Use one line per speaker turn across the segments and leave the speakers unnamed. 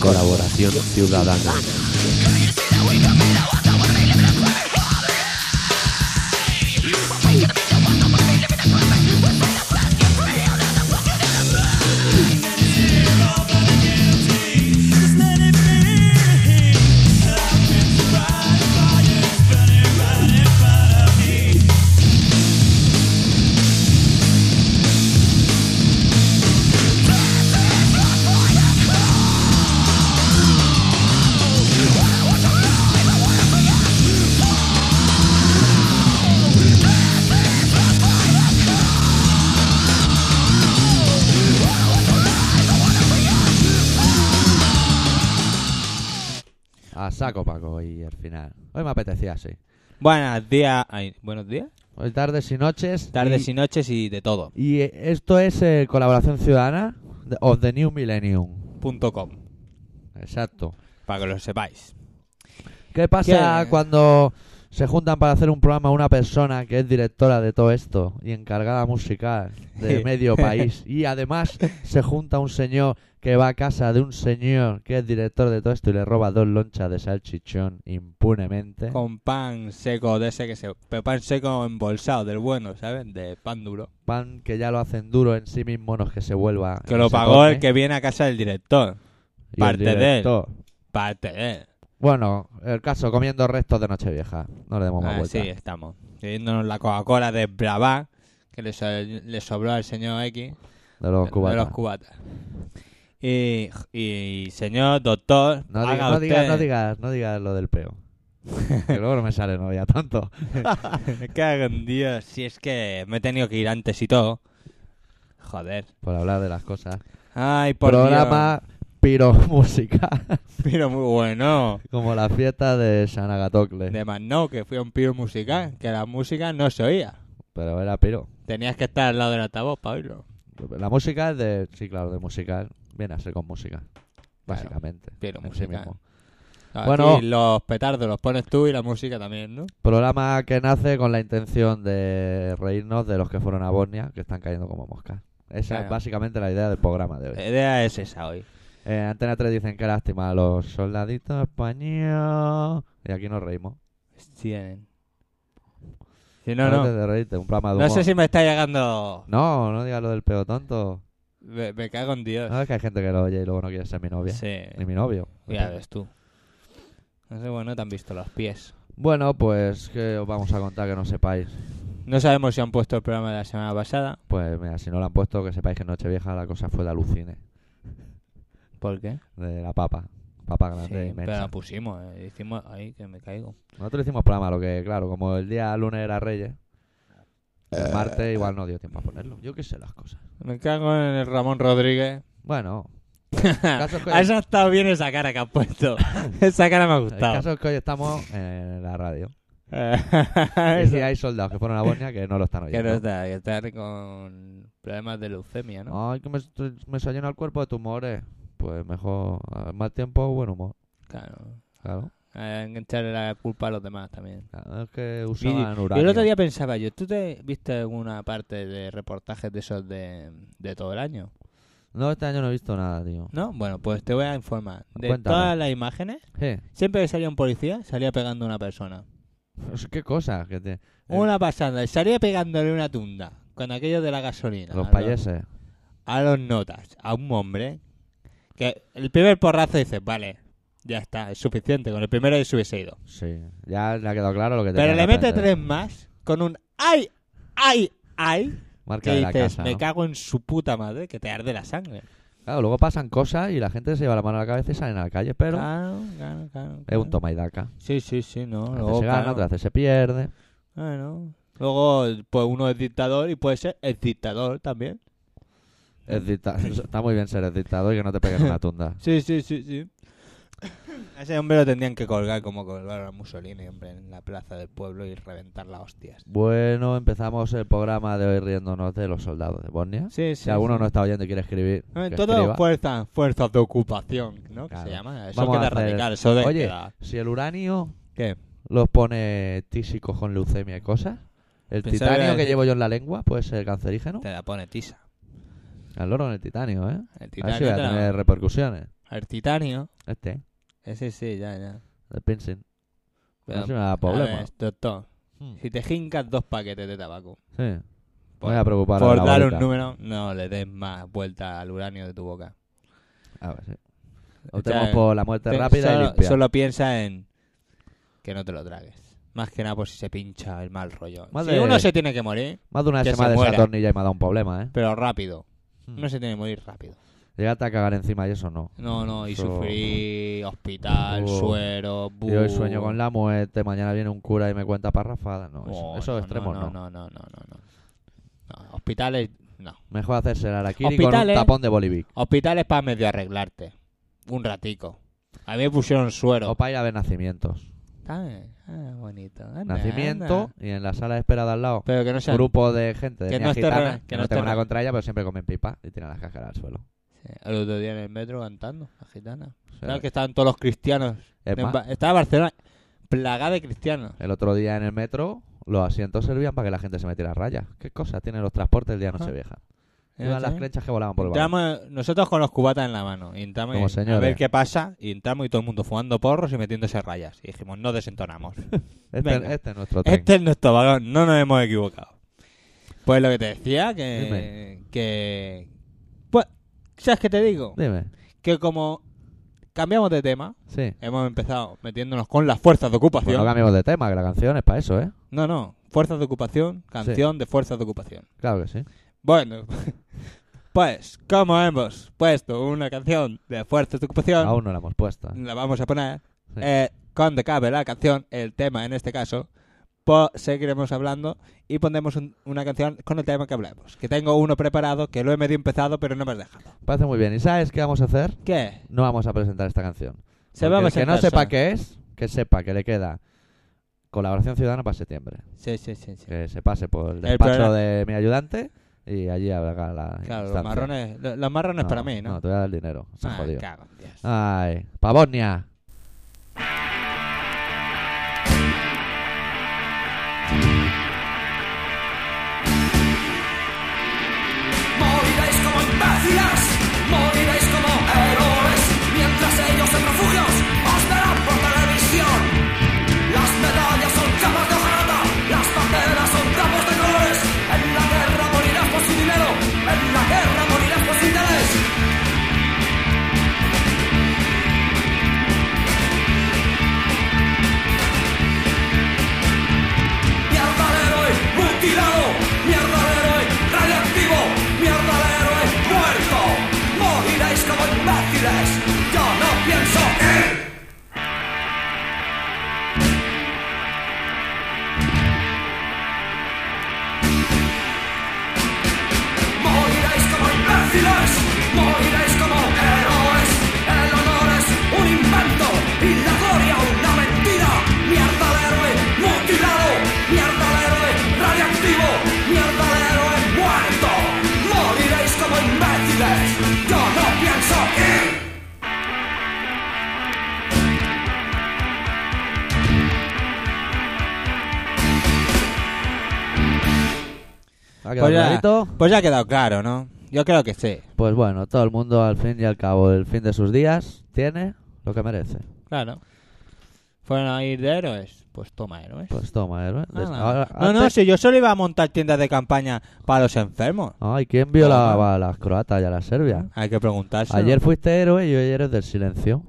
Colaboración ciudadana.
A saco, Paco, y al final. Hoy me apetecía así.
Buenos días. ay, buenos días.
Hoy tardes y noches.
Tardes
y,
y noches y de todo.
y, eh, esto es eh, Colaboración Ciudadana de- of the New Millennium.
Punto com.
Exacto.
Para que lo sepáis.
¿Qué pasa
¿Qué?
cuando se juntan para hacer un programa una persona que es directora de todo esto y encargada musical de medio país? Y además se junta un señor que va a casa de un señor que es director de todo esto y le roba dos lonchas de salchichón impunemente.
Con pan seco de ese que se. Pero pan seco embolsado, del bueno, ¿sabes? De pan duro.
Pan que ya lo hacen duro en sí mismo, no es que se vuelva.
Que lo
se
pagó el
torne.
que viene a casa del director.
Y el
parte de él.
director.
Parte de él.
Bueno, el caso, comiendo restos de Nochevieja. No le demos más
Así
vuelta.
Ah, estamos. Bebiéndonos la Coca-Cola de Bravá, que le, so- le sobró al señor X.
De los cubanos.
De los cubatas. Y, y señor, doctor,
No, diga-
haga
no
usted-
digas, no digas, no digas lo del peo. que luego no me sale, no ya tanto.
Me cago en Dios, si es que me he tenido que ir antes y todo. Joder.
Por hablar de las cosas.
Ay, por
Programa piromúsica.
Dios. Piro muy bueno.
como la fiesta de San Agatocle.
De más no, que fui a un piro musical, que la música no se oía.
Pero era piro.
Tenías que estar al lado del altavoz para oírlo.
La música es de. Sí, claro, de musical. Viene a ser con música. Básicamente.
Piro
en sí
musical.
mismo.
Aquí
Bueno.
los petardos los pones tú y la música también, ¿no?
Programa que nace con la intención de reírnos de los que fueron a Bosnia, que están cayendo como moscas. Esa es
Claro.
básicamente la idea del programa de hoy.
La idea es esa hoy.
Eh, Antena 3 dicen que lástima a los soldaditos españoles. Y aquí nos reímos.
Tienen. Si no,
Antes
no.
de reírte, un programa de
No
humor.
sé si me está llegando.
No, no digas lo del pedo tonto.
Me, me cago en Dios.
No, es que hay gente que lo oye y luego no quiere ser mi novia.
Sí.
Ni mi novio.
Ya ves tú. No sé, bueno, te han visto los pies.
Bueno, pues, ¿qué os vamos a contar que no sepáis?
No sabemos si han puesto el programa de la semana pasada.
Pues, mira, si no lo han puesto, que sepáis que en Nochevieja la cosa fue de alucine.
¿Por qué? Ah,
De la papa. Papa
Sí,
grande y
pero
mecha.
la pusimos. eh, Hicimos ahí que me caigo.
Nosotros hicimos programa, lo que, claro, como el día lunes era Reyes, el martes igual no dio tiempo a ponerlo. Yo qué sé las cosas.
Me cago en el Ramón Rodríguez.
Bueno, caso es que-
Has estado bien esa cara que has puesto. esa cara me ha
el
gustado.
caso es que hoy estamos en la radio. Y
Ah, Eso.
si hay soldados que fueron a Bosnia que no lo están
que no
oyendo.
está, que está con problemas de leucemia, ¿no?
Ay, que me, estoy- me se llena el cuerpo de tumores. Pues mejor, a mal tiempo, buen humor.
Claro.
Claro.
Hay que echarle la culpa a los demás también.
Claro, Es que
Y-
usaban
Yo
uranio.
el otro día pensaba yo, ¿tú te viste alguna parte de reportajes de esos de, de todo el año?
No, este año no he visto nada, tío.
¿No? Bueno, pues te voy a informar. De
Cuéntame.
todas las imágenes,
Eh,
siempre que salía un policía, salía pegando a una persona.
es- qué cosa. Que te-
Una pasada, salía pegándole una tunda. Con aquello de la gasolina.
Los
a
payeses.
A los notas. A un hombre. Que el primer porrazo dices, vale, ya está, es suficiente. Con el primero se hubiese ido.
Sí. Ya le ha quedado claro lo que
Pero
tenía
le
que
mete
aprender.
tres más con un ay, ay, ay.
Marca
Que
de la
dices,
casa.
me
¿no?
cago en su puta madre, que te arde la sangre.
Claro, luego pasan cosas y la gente se lleva la mano a la cabeza y salen a la calle, pero
Claro, claro, claro.
es un
claro.
toma y daca.
Sí, sí, sí, no.
A veces
Luego,
se gana,
claro.
otras veces se pierde.
Bueno. Luego, pues uno es dictador y puede ser el dictador también.
Es dicta- Está muy bien ser el dictador y que no te peguen una tunda.
Sí, sí, sí, sí. A ese hombre lo tendrían que colgar como colgaron a Mussolini, hombre, en la plaza del pueblo y reventar las hostias.
Bueno, empezamos el programa de hoy riéndonos de los soldados de Bosnia.
Sí, sí.
Si alguno
sí.
no está oyendo y quiere escribir,
No, en
que
todo
escriba.
fuerza, fuerzas de ocupación, ¿no? Que
Claro.
se llama. Eso
Vamos a
queda
hacer-
radical, eso de
Oye.
queda-
Si el uranio
¿Qué?
los pone tísicos con leucemia y cosas, el
Pensaba que
titanio
era-
que llevo yo en la lengua puede ser cancerígeno.
Te la pone tisa.
Al loro en el titanio, ¿eh?
El
A ver si
titanio.
voy
te
a
la-
tener repercusiones.
El titanio.
Este,
Ese sí, ya, ya.
el piercing.
Pero,
no se me da
a
problema.
ver, doctor,
Hmm.
si te jincas dos paquetes de tabaco,
Sí.
por,
voy a preocupar
por
a la
dar
boca.
un número, no le des más vuelta al uranio de tu boca.
A ver, sí. Optemos
sea,
por la muerte
Te-
rápida y
solo,
limpia.
solo piensa en que no te lo tragues. Más que nada por si se pincha el mal rollo.
Madre-
Si uno se tiene que morir,
Más de una
que
vez se me ha
se muera.
desatornillado y me ha dado un problema, ¿eh?
pero rápido.
Hmm.
Uno se tiene que morir rápido.
Llegarte a cagar encima y eso no.
No, no, y
Eso-
sufrir hospital,
Oh.
suero, bu...
Yo hoy sueño con la muerte, mañana viene un cura y me cuenta parrafadas. No, eso,
Oh,
esos extremos no.
no. No, no, no, no, no. No, Hospitales, no.
Mejor hacerse el araquiri con un
Hospitales.
tapón de bolivic.
Hospitales para medio arreglarte. Un ratico. A mí me pusieron
O
suero.
para ir a ver nacimientos.
Ah, ah, bonito. Anda,
Nacimiento
anda.
y en la sala de espera de al lado,
Pero que no sea...
grupo de gente de
que
etnia
no esté
gitana,
re- que
que
no
no
esté
tengo nada
re-
contra ella, pero siempre comen pipa y tiran las cáscaras al suelo.
El otro día en el metro cantando, la gitana.
O sea,
Claro que estaban todos los cristianos.
es
En
más,
Ba- Estaba Barcelona plagada de cristianos.
el otro día en el metro los asientos servían para que la gente se metiera a raya. ¿Qué cosa tienen los transportes el día de noche
Ajá.
vieja? Iban las crechas que volaban por el barrio.
¿eh, Entramos nosotros con los cubatas en la mano. Y entramos y-
Como
a
señores.
ver qué pasa. Y entramos y todo el mundo fumando porros y metiéndose rayas. Y dijimos, no desentonamos. venga.
Este, este es nuestro tren.
este es nuestro vagón, no nos hemos equivocado. Pues lo que te decía, que. que pues, ¿sabes qué te digo?
Dime,
Que como cambiamos de tema,
sí.
hemos empezado metiéndonos con las fuerzas de ocupación.
Bueno, no cambiemos de tema, que la canción es para eso, ¿eh?
No, no. Fuerzas de ocupación, canción de fuerzas de ocupación.
Claro que sí.
Bueno, pues como hemos puesto una canción de fuerzas de ocupación,
Aún no la hemos puesto. ¿eh?
la vamos a poner.
Sí.
eh, cuando acabe la canción, el tema en este caso, pues seguiremos hablando y pondremos un- una canción con el tema que hablemos. Que tengo uno preparado, que lo he medio empezado, pero no me has dejado.
Parece muy bien. ¿Y sabes qué vamos a hacer?
¿Qué?
No vamos a presentar esta canción.
Se
Porque
va a
el que no
presentar
sepa
solo.
qué es, que sepa que le queda colaboración ciudadana para septiembre.
Sí, sí, sí. sí.
Que se pase por el
El
despacho
programa-
de mi ayudante y allí habrá la.
Claro,
instancia.
los marrones, lo- los marrones para mí, ¿no?
No, te voy a dar el dinero. Se ha
Ah,
jodido.
cago en Dios.
Ay, Pavonia.
Moriréis como imbéciles, moriréis como héroes, mientras ellos en refugios os verán por televisión. Las medallas son capas de hojarata, las banderas son campos de colores. En la guerra morirás por su dinero, en la guerra morirás por su interés. Mierda al héroe mutilado, mierda al héroe radiactivo, mierda al héroe muerto. Moriréis como imbéciles, yo no pienso ir. Moriréis como imbéciles, moriréis como héroes. El honor es un invento y la gloria una mentira. Mierda al héroe mutilado, mierda al héroe radiactivo, mierda al héroe muerto. Moriréis como imbéciles, yo no pienso ir.
¿Ha quedado
Pues ya,
clarito?
pues ya ha quedado claro, ¿no? Yo creo que sí.
Pues bueno, todo el mundo al fin y al cabo, el fin de sus días, tiene lo que merece.
Claro. ¿Fueron a ir de héroes? Pues toma héroes.
Pues toma, héroe.
Ah,
Des-
no.
ahora-
no, no,
antes-
si yo solo iba a montar tiendas de campaña para los enfermos.
Ay, ¿quién violaba
Ah.
a las croatas y a las serbias?
Hay que preguntarse.
Ayer fuiste héroe y hoy eres del silencio.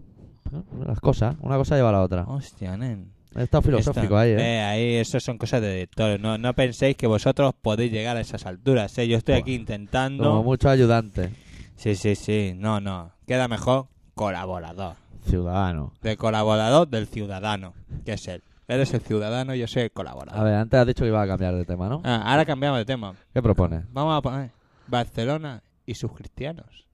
Eh, Las cosas, una cosa lleva a la otra.
Hostia, nen.
He estado filosófico
Esto-
ahí, ¿eh?
Eh, ahí, eso son cosas de directores. No, no penséis que vosotros podéis llegar a esas alturas. ¿eh? Yo estoy aquí
Como
intentando.
mucho ayudante.
Sí, sí, sí. No, no. Queda mejor colaborador.
Ciudadano.
Del colaborador del ciudadano, que es él. Eres el ciudadano, yo soy el
A
colaborador.
ver, antes has dicho que iba a cambiar de tema, ¿no?
Ah, ahora cambiamos de tema.
¿Qué propones?
Vamos a poner Barcelona y sus cristianos.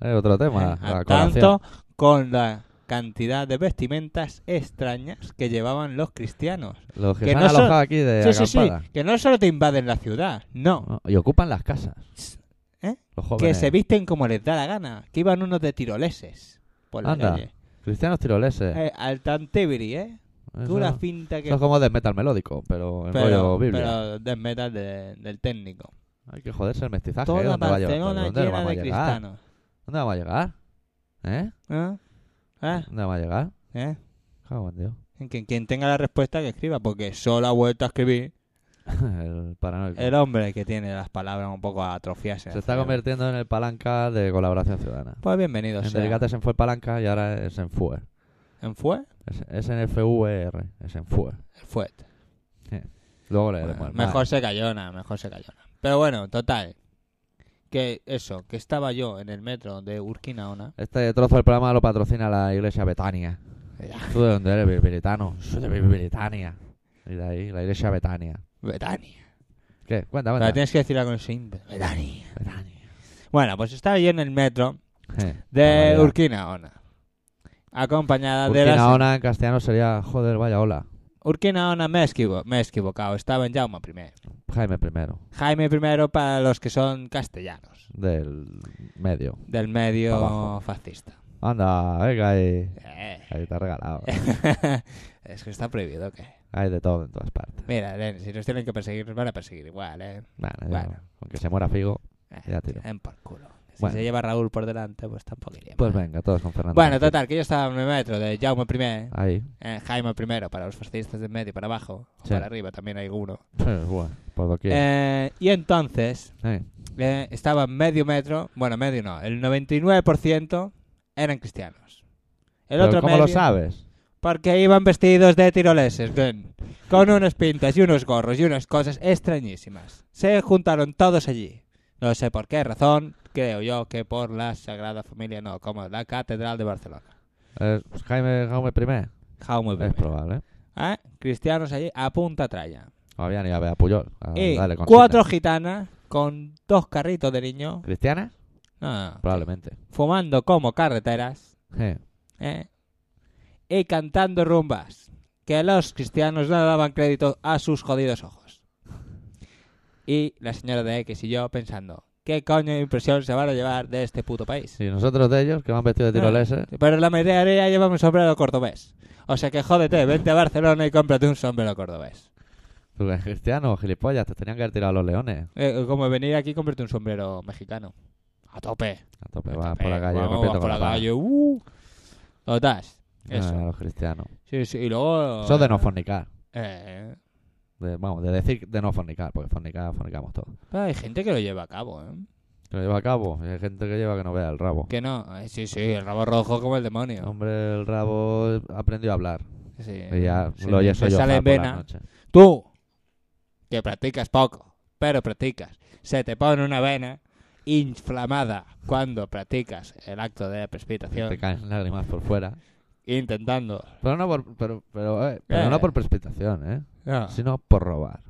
Es otro tema.
Eh,
la
al
colación.
tanto con la cantidad de vestimentas extrañas que llevaban los cristianos.
Los que,
que
se han
no son-
alojado aquí de
sí, sí, sí.
Eh, acampada.
Que no solo te invaden la ciudad, no.
No, Y ocupan las casas.
¿Eh?
Los
Que
jóvenes.
se visten como les da la gana. Que iban unos de tiroleses por la
Anda.
calle.
Cristianos tiroleses.
Eh, al Tantibiri, ¿eh? Tú
Eso-
la finta que...
Eso es como de metal melódico, pero en rollo
Pero,
Biblia.
pero death metal de- del técnico.
Hay que joderse el mestizaje. ¿eh?
Toda
¿Dónde va a llegar?
Barcelona
¿Dónde
llena
vamos a
de
llegar?
cristianos.
¿Dónde vamos a llegar? ¿Eh?
¿Eh? ¿Eh?
¿Dónde vamos a llegar?
¿Eh?
Cago en Dios.
Quien, quien tenga la respuesta que escriba, porque solo ha vuelto a escribir
el paranoico.
el hombre que tiene las palabras un poco atrofiadas. en
Se
el
está
cerebro.
convirtiendo en el palanca de colaboración ciudadana.
Pues bienvenido.
en
sea.
Delicate se fue el palanca y ahora es en FUER.
¿En fue?
Es, es en FVR, es en FUER.
El Fuet.
Luego leeremos.
Bueno,
el
Pues mejor
mail.
se callona, mejor se callona. Pero bueno, total. Que eso, que estaba yo en el metro de Urquinaona.
Este trozo del programa lo patrocina la iglesia Betania.
Ya.
¿Tú de dónde eres, Bilbilitano? Soy de Bilbilitania. Y de ahí, la iglesia Betania.
Betania.
¿Qué? Cuenta,
Pero
cuenta.
tienes que decirla con ese ímpetu. Betania.
Betania.
Bueno, pues estaba yo en el metro
Eh,
de
barbaridad.
Urquinaona. Acompañada de las...
Urquinaona en castellano sería, joder, vaya hola.
Urquinaona me, he equivo- me he equivocado. Estaba en Jaume I.
Jaime primero,
Jaime I para los que son castellanos.
del medio.
Del
Pa'
medio
abajo.
fascista.
Anda, venga ahí.
Eh.
Ahí te ha regalado.
es que está prohibido que...
Hay de todo en todas partes.
Mira, Len, si nos tienen que perseguir, nos van a perseguir igual, ¿eh?
Bueno, yo-
Bueno.
aunque se muera Figo,
Eh,
Ya tiro.
en por culo. Si
Bueno.
se lleva Raúl por delante, pues tampoco iría.
pues
mal.
venga, todos con Fernando.
Bueno,
Martín.
total, que yo estaba en el metro de Jaume I,
Ahí.
eh, Jaime I para los fascistas del medio y para abajo, o
Sí.
para arriba también hay uno.
Eh, bueno, por doquier.
Eh, y entonces
Eh,
eh, estaba medio metro, bueno, medio no, el 99% eran cristianos. El
¿Pero
otro
¿Cómo
medio,
lo sabes?
Porque iban vestidos de tiroleses, Glenn, con unas pintas y unos gorros y unas cosas extrañísimas. Se juntaron todos allí. No sé por qué razón, creo yo que por la Sagrada Familia, no, como la Catedral de Barcelona.
Eh, pues Jaime Jaume I.
Jaume
Es
I.
probable. ¿eh?
¿Eh? Cristianos allí a punta tralla.
No había ni a ver a Puyol. Ah, a
Y
darle consigna.
cuatro gitanas con dos carritos de niño,
¿Cristianas?
no, no,
Probablemente.
fumando como carreteras
Eh,
¿eh? y cantando rumbas que los cristianos no daban crédito a sus jodidos ojos. Y la señora de X y yo pensando, ¿qué coño de impresión se van a llevar de este puto país?
Y nosotros de ellos, que van vestidos de
Ah.
tiroleses.
Pero la mayoría lleva un sombrero cordobés. O sea que jódete, vente a Barcelona y cómprate un sombrero cordobés.
Tú eres cristiano, gilipollas, te tenían que haber tirado los leones.
Eh, como venir aquí, cómprate un sombrero mexicano. A tope.
A tope,
a
van
tope.
por la calle,
Vamos,
rompiendo
vamos
con
por la
pala.
calle. Uh. Totas.
Ah,
Eso.
los cristianos.
Sí, sí, Y luego...
Eso de no fornicar.
Eh,
De- vamos, de decir de no fornicar, porque fornicar, fornicamos todos.
Pero hay gente que lo lleva a cabo, ¿eh?
Que lo lleva a cabo. y Hay gente que lleva que no vea el rabo.
Que no. Ay, sí, sí, el rabo rojo como el demonio.
Hombre, el rabo aprendió a hablar.
Sí.
Y ya
Sí,
lo oye
le sale
sollozar por
vena.
la noche.
Tú, que practicas poco, pero practicas, se te pone una vena inflamada cuando practicas el acto de
Te
precipitación,
caen lágrimas por fuera.
intentando.
Pero no por, pero, pero, eh, pero
Eh. Ah.
no por precipitación, ¿eh?
No.
Sino por robar.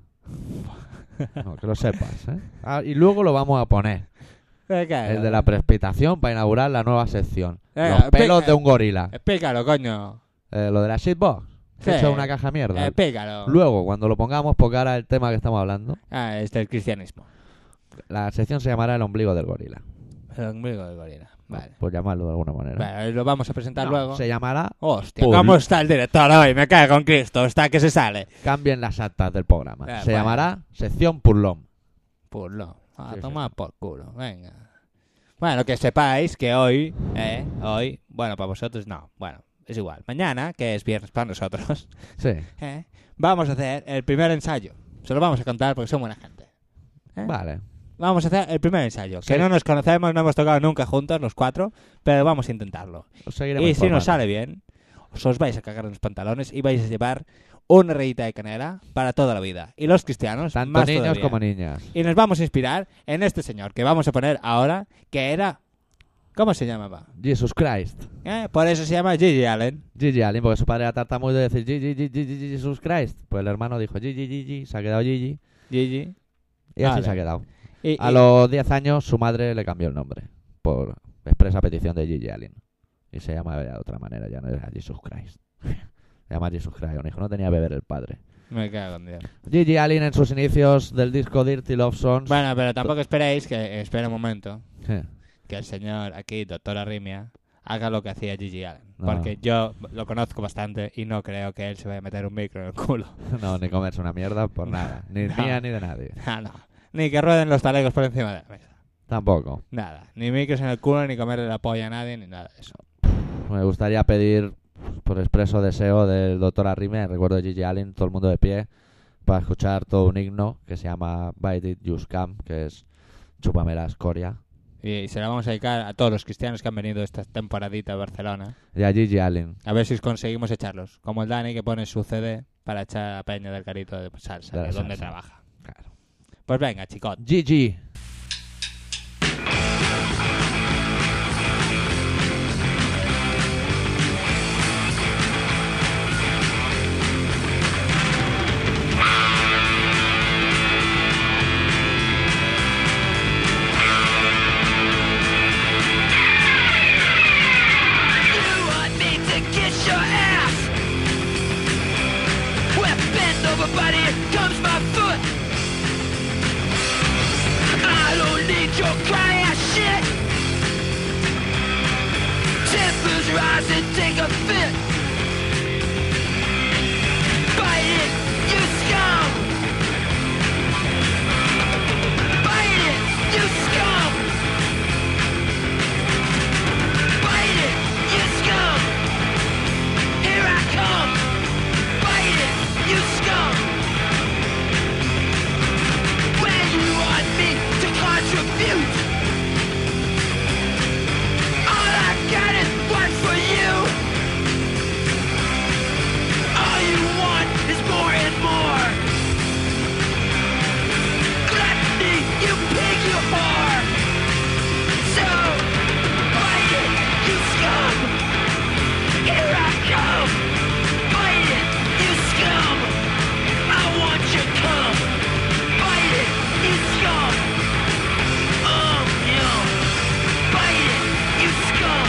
No, que lo sepas, ¿eh? Ah, y luego lo vamos a poner.
Eh, claro.
El de la precipitación para inaugurar la nueva sección.
Eh,
Los pelos
eh,
de un gorila.
Explícalo, coño.
Eh, lo de la shitbox.
Sí. Eh,
Que Eso es una caja de mierda.
Explícalo.
Luego, cuando lo pongamos, porque ahora el tema que estamos hablando,
Ah, este es el cristianismo.
la sección se llamará El ombligo del gorila.
El ombligo de gorila. Vale.
Por llamarlo de alguna manera.
Vale, lo vamos a presentar
No,
luego.
Se llamará
Hostia,
Pul-
¿cómo está el director hoy? Me cago en Cristo, está que se sale.
Cambien las actas del programa.
Ah,
se
vale.
llamará sección Purlón.
Purlo. A
Sí, sí.
tomar por culo, venga. Bueno, que sepáis que hoy, eh, hoy, bueno, para vosotros no, bueno, es igual. Mañana, que es viernes para nosotros,
Sí.
eh, vamos a hacer el primer ensayo. Se lo vamos a contar porque somos buena gente. ¿Eh?
Vale.
Vamos a hacer el primer ensayo.
Sí.
Que no nos conocemos, no hemos tocado nunca juntos los cuatro, pero vamos a intentarlo.
Os seguiremos
Y si nos
informando.
sale bien, os, os vais a cagar en los pantalones y vais a llevar una rayita de canela para toda la vida. Y los cristianos,
Tanto
más
niños
todavía.
como niñas.
Y nos vamos a inspirar en este señor que vamos a poner ahora, que era ¿Cómo se llamaba?
Jesus Christ.
Eh, Por eso se llama Gigi Allen.
Gigi Allen, porque su padre era tartamudo y decía Gigi, Gigi, Gigi, Jesus Christ. Pues el hermano dijo Gigi, Gigi, se ha quedado Gigi.
Gigi.
Y así
Vale.
se ha quedado.
Y-
A
y-
los 10 años su madre le cambió el nombre por expresa petición de Gigi Allen. Y se llama de otra manera, ya no era Jesus Christ. Se llama Jesus Christ, un hijo no tenía que beber el padre.
Me cago en Dios.
Gigi Allen en sus inicios del disco Dirty Love Songs.
Bueno, pero tampoco esperéis que... Espera un momento.
Sí.
que el señor aquí, doctor Arrimia, haga lo que hacía Gigi Allen.
No.
Porque yo lo conozco bastante y no creo que él se vaya a meter un micro en el culo.
No, ni comerse una mierda por nada. Ni
No.
mía ni de nadie.
Ah, no. Ni que rueden los talegos por encima de la mesa.
Tampoco.
Nada. Ni micros en el culo, ni comerle la polla a nadie, ni nada de eso.
Me gustaría pedir, por expreso deseo del doctor Arrime, recuerdo Gigi Allen, todo el mundo de pie, para escuchar todo un himno que se llama By Did You Scam, que es Chúpame la escoria.
Y se la vamos a dedicar a todos los cristianos que han venido esta temporadita a Barcelona.
Y a Gigi Allen,
A ver si conseguimos echarlos. Como el Dani que pone su CD para echar a Peña del Carito de Salsa,
De la
que es donde
salsa.
trabaja.
claro.
Pues venga, chicot.
Gigi.
You want me to kiss your ass? Well, bend over, buddy, here comes my foot. I don't need your cry ass shit. Tempers rise and take a fit. Bite it, you scum. Bite it, you scum. Bite it, you scum! Here I come! Bite it, you scum! When you want me to contribute, all I got is one for you! All you want is more and more! Gluttony, you pig, you whore! So... Bite it, you scum! Here I come! Bite it, you scum! I want you come! Bite it, you scum! Um, yum! Bite it, you scum!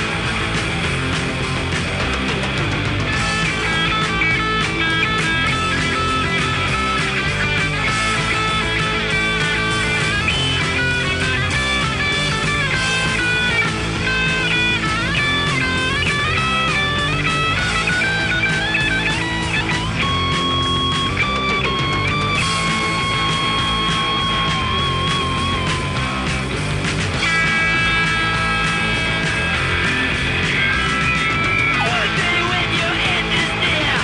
One day when your end is near,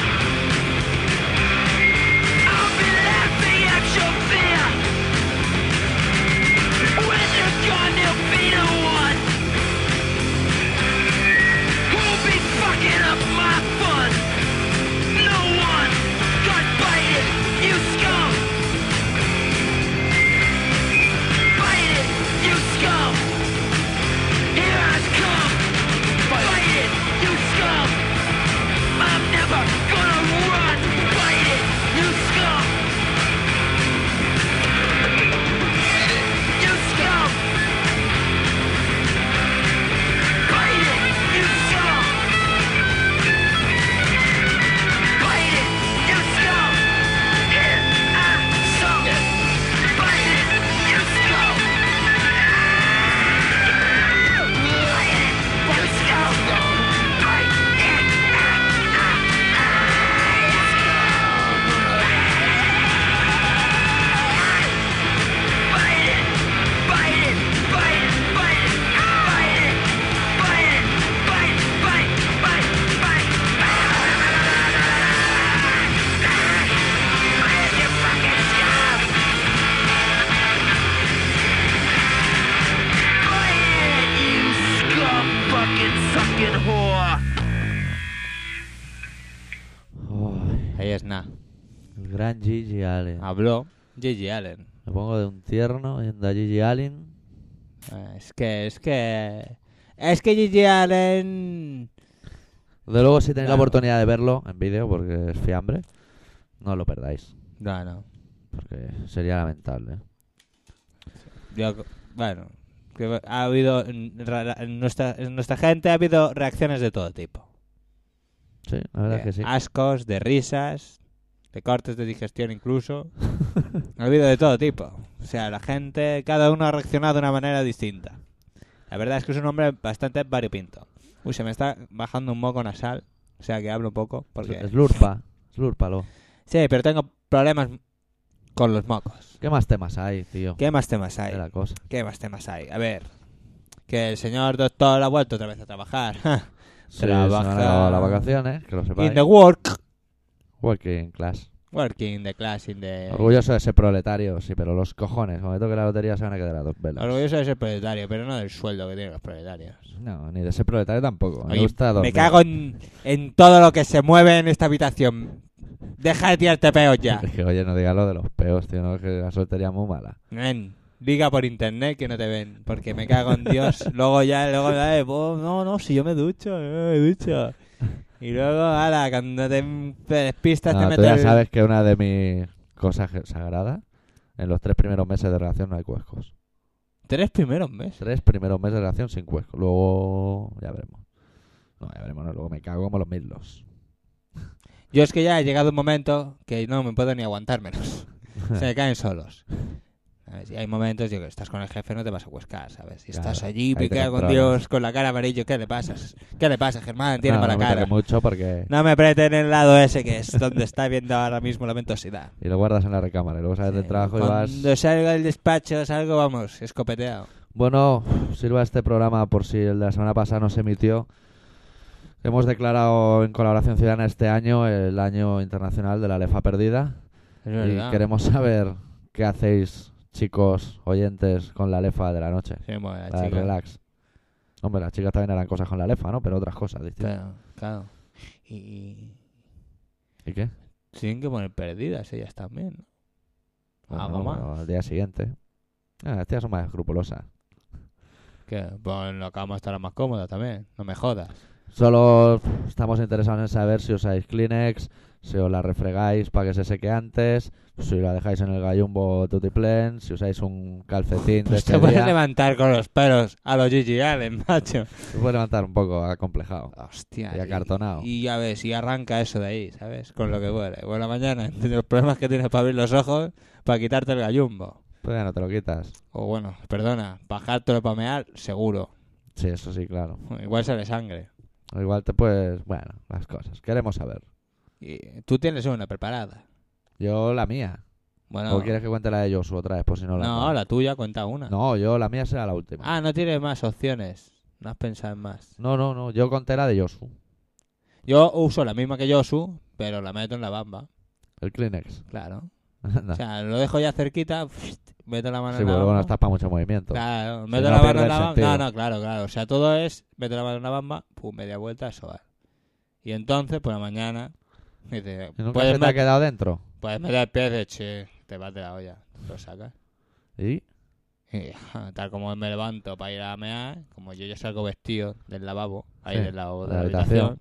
I'll be laughing at your fear. When you're gone, there'll be no one who'll be fucking up my fun. No one got bite it, you scum. Bite it, you scum. Here I come. Bite it, you scum. I'm never gonna run. Bite it, you scum. You scum. Bite it, you scum. Bite it, you scum. Here I come. Bite it, you scum. Fucking whore.
Ay,
Ahí es nada.
el gran Gigi Allen.
Habló Gigi Allen. Eh,
Me pongo de un tierno yendo a Gigi Allen.
Ah, Es que, es que. Es que Gigi Allen...
De luego, si tenéis la
Claro.
oportunidad de verlo en vídeo, porque es fiambre, no lo perdáis,
No, no.
porque sería lamentable.
Yo, bueno, que ha habido... En, ra- en nuestra, en nuestra gente ha habido reacciones de todo tipo.
Sí, la verdad
De
es que sí.
Eh, Ascos, de risas, de cortes de digestión incluso. ha habido de todo tipo. O sea, la gente, cada uno ha reaccionado de una manera distinta. La verdad es que es un hombre bastante variopinto. Uy, se me está bajando un moco nasal. O sea, que hablo poco. Porque...
Slurpa, slurpalo.
Sí, pero tengo problemas con los mocos.
¿Qué más temas hay, tío?
¿Qué más temas hay?
De la cosa.
¿Qué más temas hay? A ver. Que el señor doctor ha vuelto otra vez a trabajar.
Sí, se me han
Trabaja-
acabado las vacaciones, que lo sepáis.
in the work.
Working class.
Working the class, in the...
Orgulloso de ser proletario, sí, pero los cojones. Cuando me toque la lotería se van a quedar a dos velas.
Orgulloso de ser proletario, pero no del sueldo que tienen los proletarios.
No, ni de ser proletario tampoco. Me
Oye,
gusta
me
dormir.
cago en, en todo lo que se mueve en esta habitación. Deja de tirarte peos ya.
Es que, oye, no digas lo de los peos, tío, no, es que la soltería es muy mala.
Nen, diga por internet que no te ven, porque me cago en Dios. luego ya, luego ya, eh, vos, no, no, si yo me ducho, yo me ducho. Y luego, ala, cuando te, te despistas te
No, tú
metes...
ya
el-
sabes que una de mis cosas que- sagradas, en los tres primeros meses de relación no hay cuescos.
Tres primeros meses.
Tres primeros meses de relación sin cuescos. Luego ya veremos. No, ya veremos, no, luego me cago como los midlos.
Yo es que ya he llegado un momento que no me puedo ni aguantar menos. se me caen solos. ¿Sabes? Y hay momentos, yo que estás con el jefe, no te vas a cuescar, ¿sabes? Si
Claro,
estás allí,
ahí te
picado con
controlas.
Dios, con la cara amarillo, ¿qué le pasa? ¿Qué le pasa, Germán? Tiene
no,
mala
no me
cara.
toques mucho porque...
No me aprieten el lado ese que es donde está viendo ahora mismo la ventosidad.
Y lo guardas en la recámara. Y luego sales del
Sí,
trabajo y
Cuando
vas...
salgo del despacho, salgo, vamos, escopeteado.
Bueno, sirva este programa por si el de la semana pasada no se emitió. Hemos declarado en colaboración ciudadana este año el año internacional de la lefa perdida.
Es
Y
verdad.
queremos saber qué hacéis, chicos, oyentes, con la lefa de la noche.
Sí, bueno, la
La del
chica.
relax. Hombre, las chicas también harán cosas con la lefa, ¿no? Pero otras cosas distintas.
Claro, claro. Y- Y
¿Y qué?
tienen que poner perdidas ellas también, ¿no?
Bueno,
Algo más.
bueno, al día siguiente. Ah, las tías son más escrupulosas.
Que pues, en la cama estará más cómoda también, no me jodas.
Solo estamos interesados en saber si usáis Kleenex, si os la refregáis para que se seque antes, si la dejáis en el gallumbo tutiplén, si usáis un calcetín de
Pues
este
te puedes
día.
levantar con los pelos a los Gigi Allen, macho.
Se puede levantar un poco acomplejado.
Hostia.
Y acartonado.
Y, ya ves, y arranca eso de ahí, ¿sabes? Con lo que huele. Buena mañana, entre los problemas que tienes para abrir los ojos, para quitarte el gallumbo.
Pues ya no te lo quitas.
O bueno, perdona, bajártelo para mear, seguro.
Sí, eso sí, claro.
Igual sale sangre.
Igual te puedes... Bueno, las cosas. Queremos saber.
Y tú tienes una preparada.
Yo la mía.
Bueno,
¿O quieres que cuente la de Joshua otra vez? Por si no la...
no, la tuya cuenta una.
No, yo la mía será la última.
Ah, no tienes más opciones. No has pensado en más.
No, no, no. Yo conté la de Joshua.
Yo uso la misma que Yosu, pero la meto en la bamba.
El Kleenex.
Claro.
Anda.
O sea, lo dejo ya cerquita, meto la mano
sí,
en la
porque luego
bamba.
no estás para mucho movimiento.
Claro,
Si
meto
no
la mano
pierde
en
el
la bamba.
sentido.
No, no, claro, claro. O sea, todo es meto la mano en la bamba, pum, media vuelta, eso va. Y entonces, por la mañana, dice,
¿Y nunca se
puedes,
te ha
met-
quedado dentro?
puedes meter el pie de che, te vas de la olla, lo sacas.
¿Y?
Y ja, tal como me levanto para ir a mear, como yo ya salgo vestido del lavabo, ahí
Sí,
del lavabo de
de
la
la
habitación,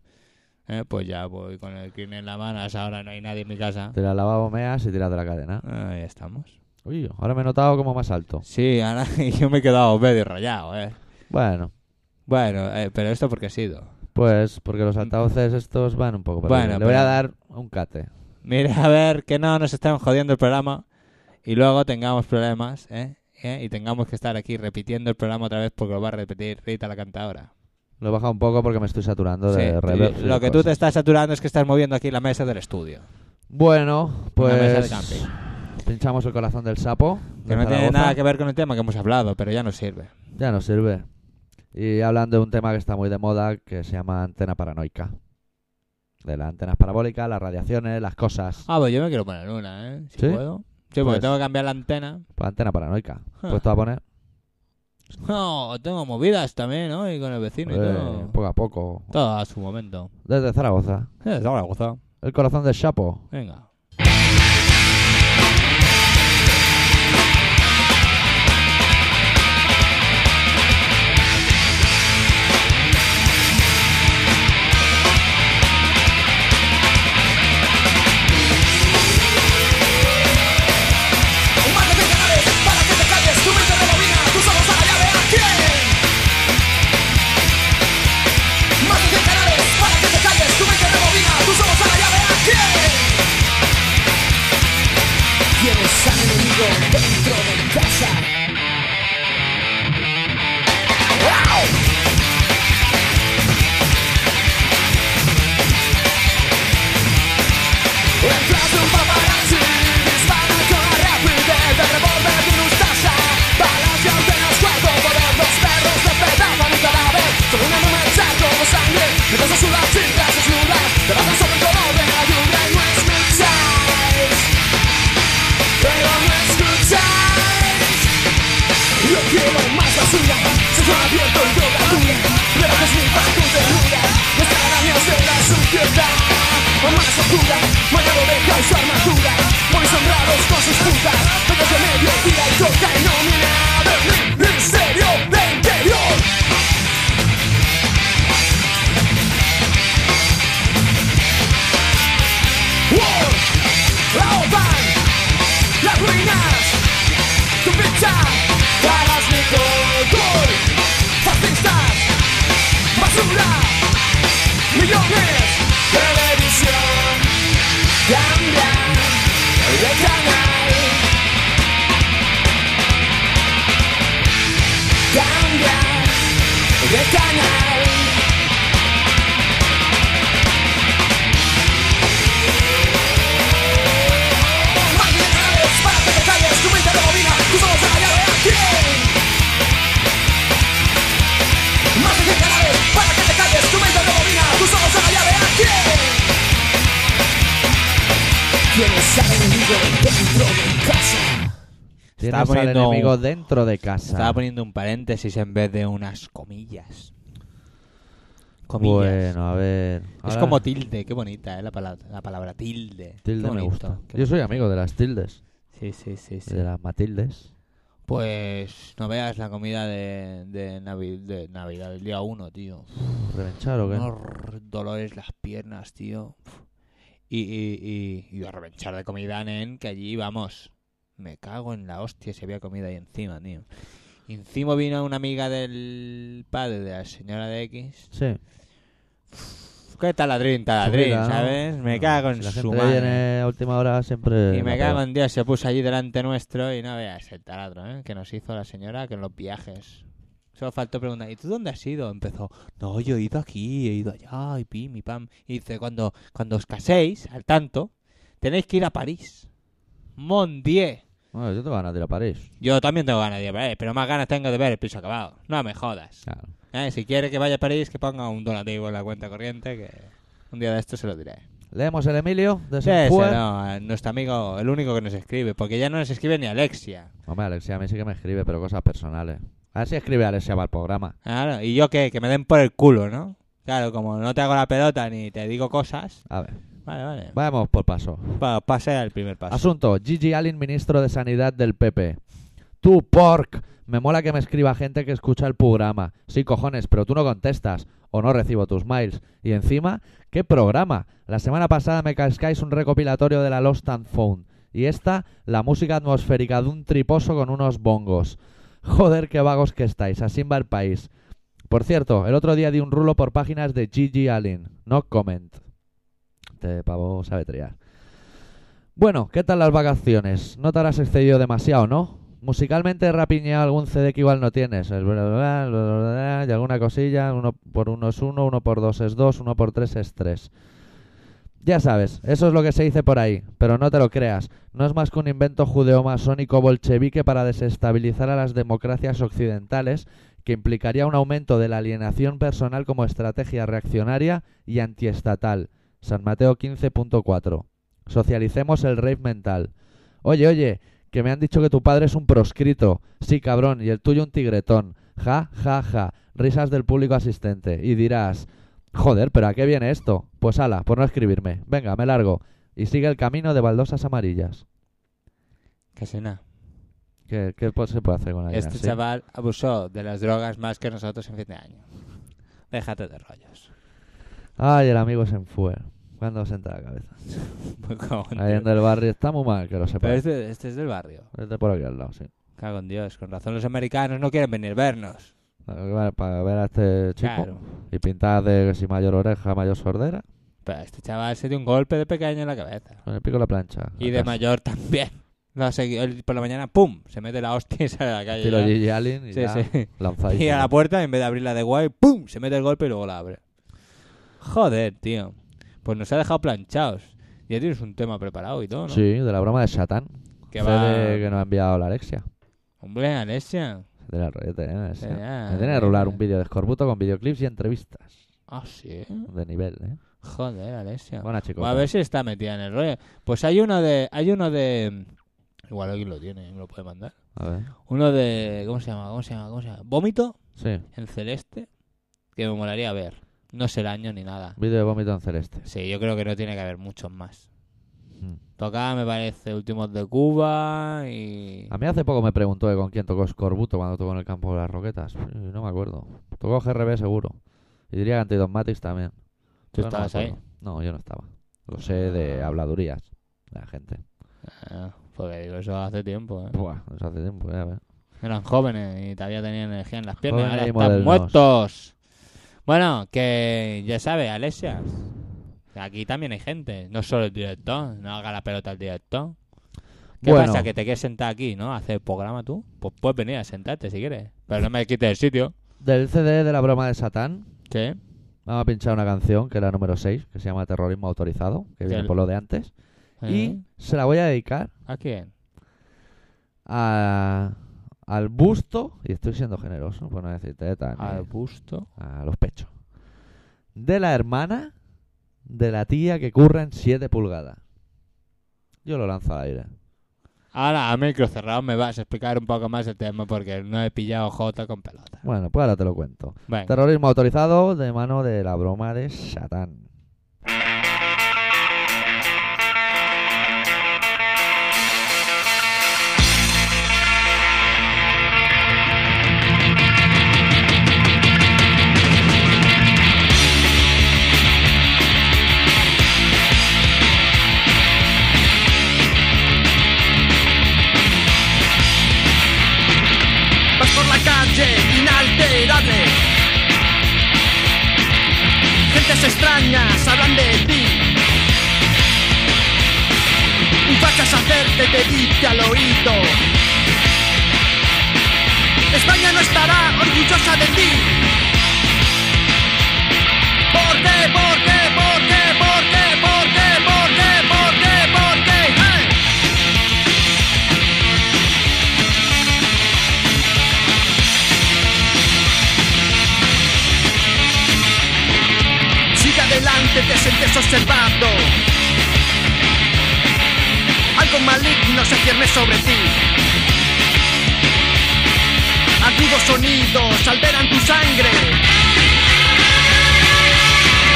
eh, pues ya voy con el clean en la mano, a esa hora no hay nadie en mi casa.
Te la lavabo, meas y tiras de la cadena.
Ahí estamos.
Uy, ahora me he notado como más alto.
Sí, ahora yo me he quedado medio rayado, eh.
Bueno,
Bueno, eh, pero esto porque he sido.
pues porque los altavoces estos van un poco para
Bueno,
Le voy a
pero-
dar un cate.
Mira, a ver, que no nos estén jodiendo el programa y luego tengamos problemas, ¿eh? ¿Eh? Y tengamos que estar aquí repitiendo el programa otra vez porque lo va a repetir Rita la cantadora.
Lo he bajado un poco porque me estoy saturando
Sí,
de
tú-
reverbs y de
lo que tú te
cosas.
estás saturando es que estás moviendo aquí la mesa del estudio.
Bueno,
Una mesa de
pues...
camping.
Pinchamos el corazón del sapo.
Que
de
no tiene
Zaragoza.
nada que ver con el tema que hemos hablado, pero ya no sirve.
Ya no sirve. Y hablando de un tema que está muy de moda, que se llama antena paranoica. De las antenas parabólicas, las radiaciones, las cosas.
Ah, pues yo me quiero poner una, ¿eh? Si
¿Sí?
puedo. Sí, porque
Pues-
tengo que cambiar la antena.
Pues antena paranoica.
Ah.
Puesto a poner
No, tengo movidas también, ¿no? Y con el vecino y
eh,
todo.
poco a poco.
Todo a su momento.
Desde Zaragoza.
Eh, está la gozada.
El corazón del sapo.
Venga.
Thank
los han hundido dentro de casa. ¡Au! Detrás de un paparazzi dispara con rapidez el revólver virus tasa Palacios de los cuerpos todos los perros le pegaban un cadáver Sobre una nube charco de sangre Mientras a las chicas desnudas Debajo sobre el color de la lluvia Y no escucháis Pero no escucháis yo quiero más basura, sexo abierto y drogadura Pero es mi paco de luna, las telarañas de la suciedad Más oscura, mañana deja su armadura Muy sombrados con sus putas, todos de medio tira y toca y no mira de mí Misterio de interior War, Raoban, las ruinas tu pincha Balas de gol Fascistas Basura Millones Televisión Cambia De canal Cambia De canal Magnetales para que te calles Tu mente no domina Tus ojos de la llave aquí Más de 100 canales para que te calles, tu mente no domina, tus ojos a la llave a quién. Tienes al enemigo dentro de casa.
Tienes
poniendo-
al enemigo dentro de casa.
Estaba poniendo un paréntesis en vez de unas comillas. Comillas.
bueno, a ver.
Es
ahora-
como tilde, qué bonita, ¿eh? La palabra, la palabra tilde. Qué
Tilde me
bonito,
gusta.
qué
Yo soy
bonito.
amigo de las tildes.
Sí, sí, sí. sí.
De las Matildes.
Pues no veas la comida de, de, Navi- de Navidad, el día 1, tío.
¿Revenchar o qué?
Unos dolores las piernas, tío. Y, y, y, y a revenchar de comida, nen, que allí vamos. Me cago en la hostia si había comida ahí encima, tío. Y encima vino una amiga del padre de la señora de X.
Sí.
¿Qué taladrín, taladrín,
Subida, ¿no?
sabes? Me
Bueno,
cago en
si la
su
gente
madre.
viene a última hora siempre.
Y
la
me cago
pega.
en Dios, se puso allí delante nuestro y no veas el taladro, ¿eh? Que nos hizo la señora que en los viajes. Solo faltó preguntar, ¿y tú dónde has ido? Empezó, no, yo he ido aquí, he ido allá, y pim, y pam. Y dice, cuando, cuando os caséis, al tanto, tenéis que ir a París. Mon Dieu.
Bueno, yo tengo ganas de ir a París.
Yo también tengo ganas de ir a París, pero más ganas tengo de ver el piso acabado. No me jodas.
Claro.
¿Eh? Si quiere que vaya a París, que ponga un donativo en la cuenta corriente, que un día de esto se lo diré.
Leemos el Emilio de
Sí,
San
ese
Juan.
no, a nuestro amigo, el único que nos escribe, porque ya no nos escribe ni Alexia.
Hombre, Alexia, a mí sí que me escribe, pero cosas personales. A ver si escribe Alexia para el programa.
Claro, y yo qué, que me den por el culo, ¿no? Claro, como no te hago la pelota ni te digo cosas.
A ver,
Vale, vale.
vamos por paso.
Pa- pase al primer paso.
Asunto: Gigi Allen, ministro de Sanidad del PP. Tú, pork. Me mola que me escriba gente que escucha el programa. Sí, cojones, pero tú no contestas. O no recibo tus mails. Y encima, ¿qué programa? La semana pasada me cascáis un recopilatorio de la Lost and Found. Y esta, la música atmosférica de un triposo con unos bongos. Joder, qué vagos que estáis. Así va el país. Por cierto, el otro día di un rulo por páginas de Gigi Allen. No comment. Este pavo sabe triar. Bueno, ¿qué tal las vacaciones? No te habrás excedido demasiado, ¿no? Musicalmente rapiñado algún CD que igual no tienes. El bla, bla, bla, bla, bla, bla, y alguna cosilla. Uno por uno es uno, uno por dos es dos, uno por tres es tres. Ya sabes, eso es lo que se dice por ahí, pero no te lo creas. No es más que un invento judeomasónico bolchevique para desestabilizar a las democracias occidentales, que implicaría un aumento de la alienación personal como estrategia reaccionaria y antiestatal. San Mateo 15.4. Socialicemos el rave mental. Oye, oye, que me han dicho que tu padre es un proscrito. Sí, cabrón, y el tuyo un tigretón. Ja, ja, ja. Risas del público asistente. Y dirás, joder, pero ¿a qué viene esto? Pues ala, por no escribirme. Venga, me largo. Y sigue el camino de baldosas amarillas.
Casi nada.
¿Qué, qué po- se puede hacer con la vida,
Este
sí?
chaval abusó de las drogas más que nosotros en fin de año. Déjate de rollos.
Ay, el amigo se enfue. Cuando se entra la cabeza.
Muy cagón,
Ahí en
tío.
el barrio está muy mal, que lo sepa.
Pero este, este es del barrio.
Este por aquí al lado, sí.
Cago en Dios, con razón los americanos no quieren venir a vernos.
Para para ver a este chico.
Claro.
Y pintar de que si mayor oreja, mayor sordera.
Pero este chaval se dio un golpe de pequeño en la cabeza.
Con el pico de la plancha.
Y
la
de
casa.
mayor también. No, se- él por la mañana, ¡pum! Se mete la hostia y sale a la calle.
Estilo
ya.
Gigi Allen y
Sí,
ya
sí.
lanzadísimo.
Y a la puerta, en vez de abrirla de guay, ¡pum! Se mete el golpe y luego la abre. Joder, tío. Pues nos ha dejado planchados. Ya tienes un tema preparado y todo, ¿no?
Sí, de la broma de Satán.
Que
Ese
va...
de- que nos ha enviado la Alexia.
Hombre, Alexia.
Del rolete, ¿eh? Ese.
Ya,
Me tiene
ya.
que rolar un vídeo de escorbuto con videoclips y entrevistas.
Ah, sí.
De nivel, ¿eh?
Joder, Alexia.
Buena chicos.
Pues a ver si está metida en el rollo. Pues hay uno de... Hay uno de... Igual alguien lo tiene, me lo puede mandar. Uno de... ¿Cómo se llama? ¿Cómo se llama? ¿Cómo se llama? ¿Vómito?
Sí,
En celeste. Que me molaría ver. No sé el año ni nada.
vídeo de vómito en celeste.
Sí, yo creo que no tiene que haber muchos más.
Mm.
Tocaba, me parece, últimos de Cuba y...
A mí hace poco me preguntó de con quién tocó Scorbuto cuando tocó en el campo de las roquetas. Y No me acuerdo. Tocó GRB seguro. Y diría que Antidogmatics también.
¿Tú
Pero no me
estabas
acuerdo.
ahí?
No, yo no estaba. Lo sé de habladurías de la gente.
Ah, porque digo, eso hace tiempo, ¿eh?
Buah, eso hace tiempo, ya ves.
Eran jóvenes y todavía tenían energía en las piernas.
Jóvenes
Ahora
y
están
modernos.
muertos. Bueno, que ya sabes, Alexia. Aquí también hay gente. No solo el director. No haga la pelota el director. ¿Qué
Bueno.
pasa? ¿Que te quieres sentar aquí, no? ¿A ¿Hacer el programa tú? Pues puedes venir a sentarte si quieres. Pero no me quites el sitio.
Del CD de la broma de Satán,
Sí.
vamos a pinchar una canción que es la número 6, que se llama Terrorismo Autorizado, que viene
Del-
por lo de antes.
¿Eh?
Y se la voy a dedicar
¿A quién?
a- al busto, y estoy siendo generoso, por no decir teta, ni-
Al busto.
eh, a los pechos, de la hermana de la tía que curra en 7 pulgadas. Yo lo lanzo al aire.
Ahora, a micro cerrado me vas a explicar un poco más el tema porque no he pillado Jota con pelota.
Bueno, pues ahora te lo cuento.
Venga.
Terrorismo autorizado de mano de la broma de Satán.
Vas por la calle inalterable. Gentes extrañas hablan de ti. Un fachas hacerte te dice al oído. España no estará orgullosa de ti. ¿Por qué? ¿Por qué? ¿Por qué? ¿Por qué? ¿Por qué? ¿Por qué? ¿Por qué? ¿Por qué? ¡Eh! Sigue adelante, te sientes observado. Algo maligno se cierne sobre ti. Antiguos sonidos alteran tu sangre.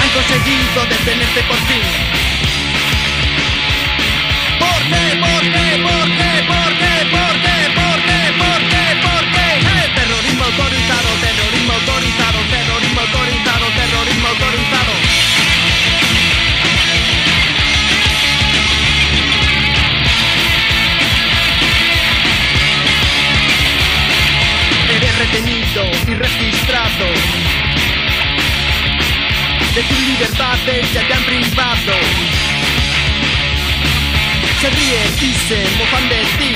Han conseguido detenerte por ti. ¿Por qué? ¿Por qué? ¿Por qué? ¿Por qué? ¿Por qué? ¿Por qué? ¿Por qué? ¿Por qué? ¡Eh! Terrorismo autorizado, terrorismo autorizado, terrorismo autorizado, terrorismo autorizado. Eres retenido y registrado. De tus libertades ya te han privado. Se ríen y se mofan de ti.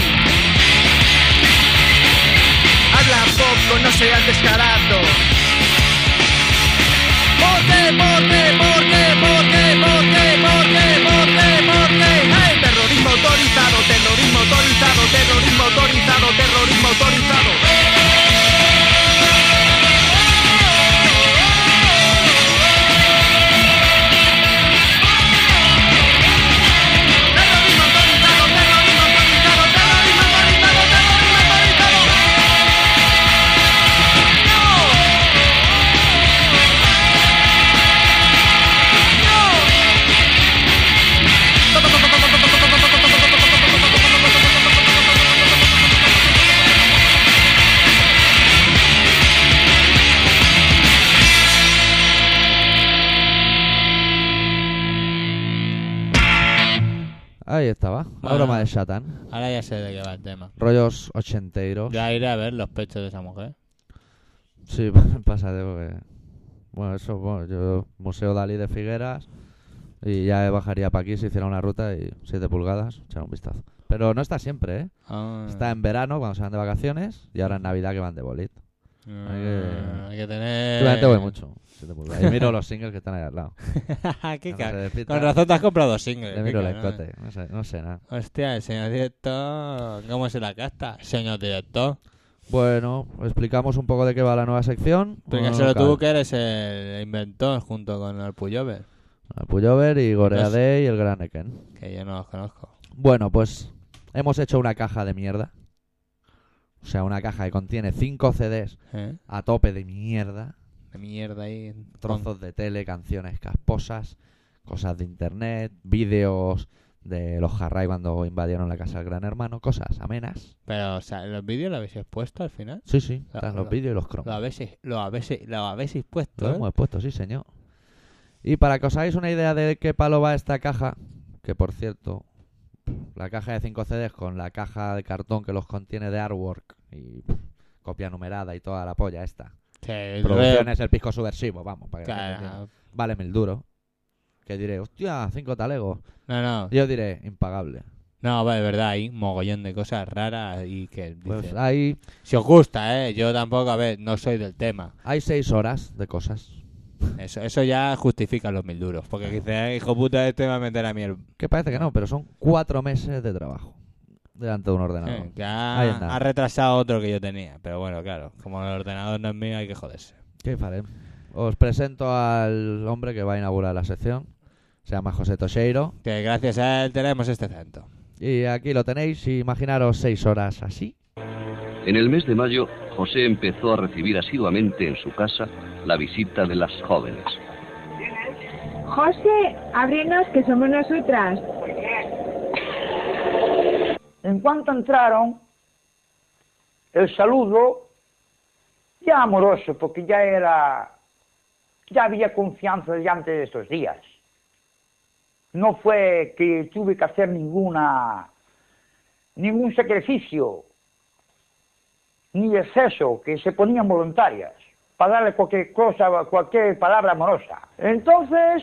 Habla poco, no seas descarado. ¿Por qué? ¿Por qué? ¿Por qué? ¿Por qué? ¿Por qué? ¿Por qué? ¿Por qué? ¿Por qué? ¡Hey! Terrorismo autorizado, terrorismo autorizado, terrorismo autorizado, terrorismo autorizado. Terrorismo autorizado, terrorismo autorizado, terrorismo autorizado, terrorismo autorizado.
Ahí estaba, la
Bueno.
broma de Satán.
Ahora ya sé de qué va el tema.
Rollos ochenteros.
Ya iré a ver los pechos de esa mujer.
Sí, pásate porque... Bueno, eso, bueno, yo... Museo Dalí de Figueras, Y ya bajaría para aquí, se hiciera una ruta y 7 pulgadas, echar un vistazo. Pero no está siempre, ¿eh?
Ah.
Está en verano cuando se van de vacaciones y ahora en Navidad que van de bolit.
Ah,
hay que-
hay que tener...
Yo también te voy mucho. siete pulgadas. Y miro los singles que están ahí al lado.
Ah, Qué
Cuando
ca-
se despista,
Con razón te has comprado dos singles.
Le
qué
miro el
cabrón.
escote. No sé, no sé nada.
Hostia, el señor director... ¿Cómo se la gasta? Señor director.
Bueno, explicamos un poco de qué va la nueva sección.
Tú que
Bueno,
solo
Oh, claro.
tú que eres el inventor junto con el Puyover,
El Puyover y Gorea
No sé.
Day y el Gran Eken.
que yo no los conozco.
Bueno, pues hemos hecho una caja de mierda. O sea, una caja que contiene 5 CDs
¿Eh?
a tope de mierda.
De mierda ahí.
Trozos de tele, canciones casposas, cosas de internet, vídeos de los Harray cuando invadieron la casa del Gran Hermano, cosas amenas.
Pero, o sea, ¿los vídeos los habéis expuesto al final?
Sí, sí,
La-
están
la-
los vídeos y los cromos.
Lo habéis, lo habéis, lo habéis expuesto,
Lo
¿eh?
hemos puesto, sí, señor. Y para que os hagáis una idea de qué palo va esta caja, que por cierto, la caja de 5 CDs con la caja de cartón que los contiene de artwork y pff, copia numerada y toda la polla esta.
Sí, re-
Producciones el pisco subversivo, vamos, para que la
ah,
gente entienda.
Claro.
Vale mil duro. Que diré, hostia, 5 talegos.
No, no,
Yo diré, impagable.
no, va, de verdad, hay mogollón de cosas raras y que
Pues
dices,
hay,
si os gusta, ¿eh? Yo tampoco, a ver, no soy del tema.
hay 6 horas de cosas.
Eso, eso ya justifica los mil duros, porque dices, "Eh, hijo puta, este me va a meter a mí el...
Que parece que no, pero son 4 meses de trabajo delante de un ordenador.
Eh, ya
Ahí está.
ha retrasado otro que yo tenía, pero bueno, claro, como el ordenador no es mío, hay que joderse.
¿Qué faré? Os presento al hombre que va a inaugurar la sección. Se llama José Toseiro.
Que gracias a él tenemos este centro.
Y aquí lo tenéis. Imaginaros seis horas así.
En el mes de mayo, José empezó a recibir asiduamente en su casa la visita de las jóvenes.
José, ábrenos que somos nosotras.
En cuanto entraron, el saludo ya amoroso, porque ya era, ya había confianza desde antes de estos días. No fue que tuve que hacer ninguna, ningún sacrificio, ni exceso, que se ponían voluntarias para darle cualquier cosa, cualquier palabra amorosa. Entonces,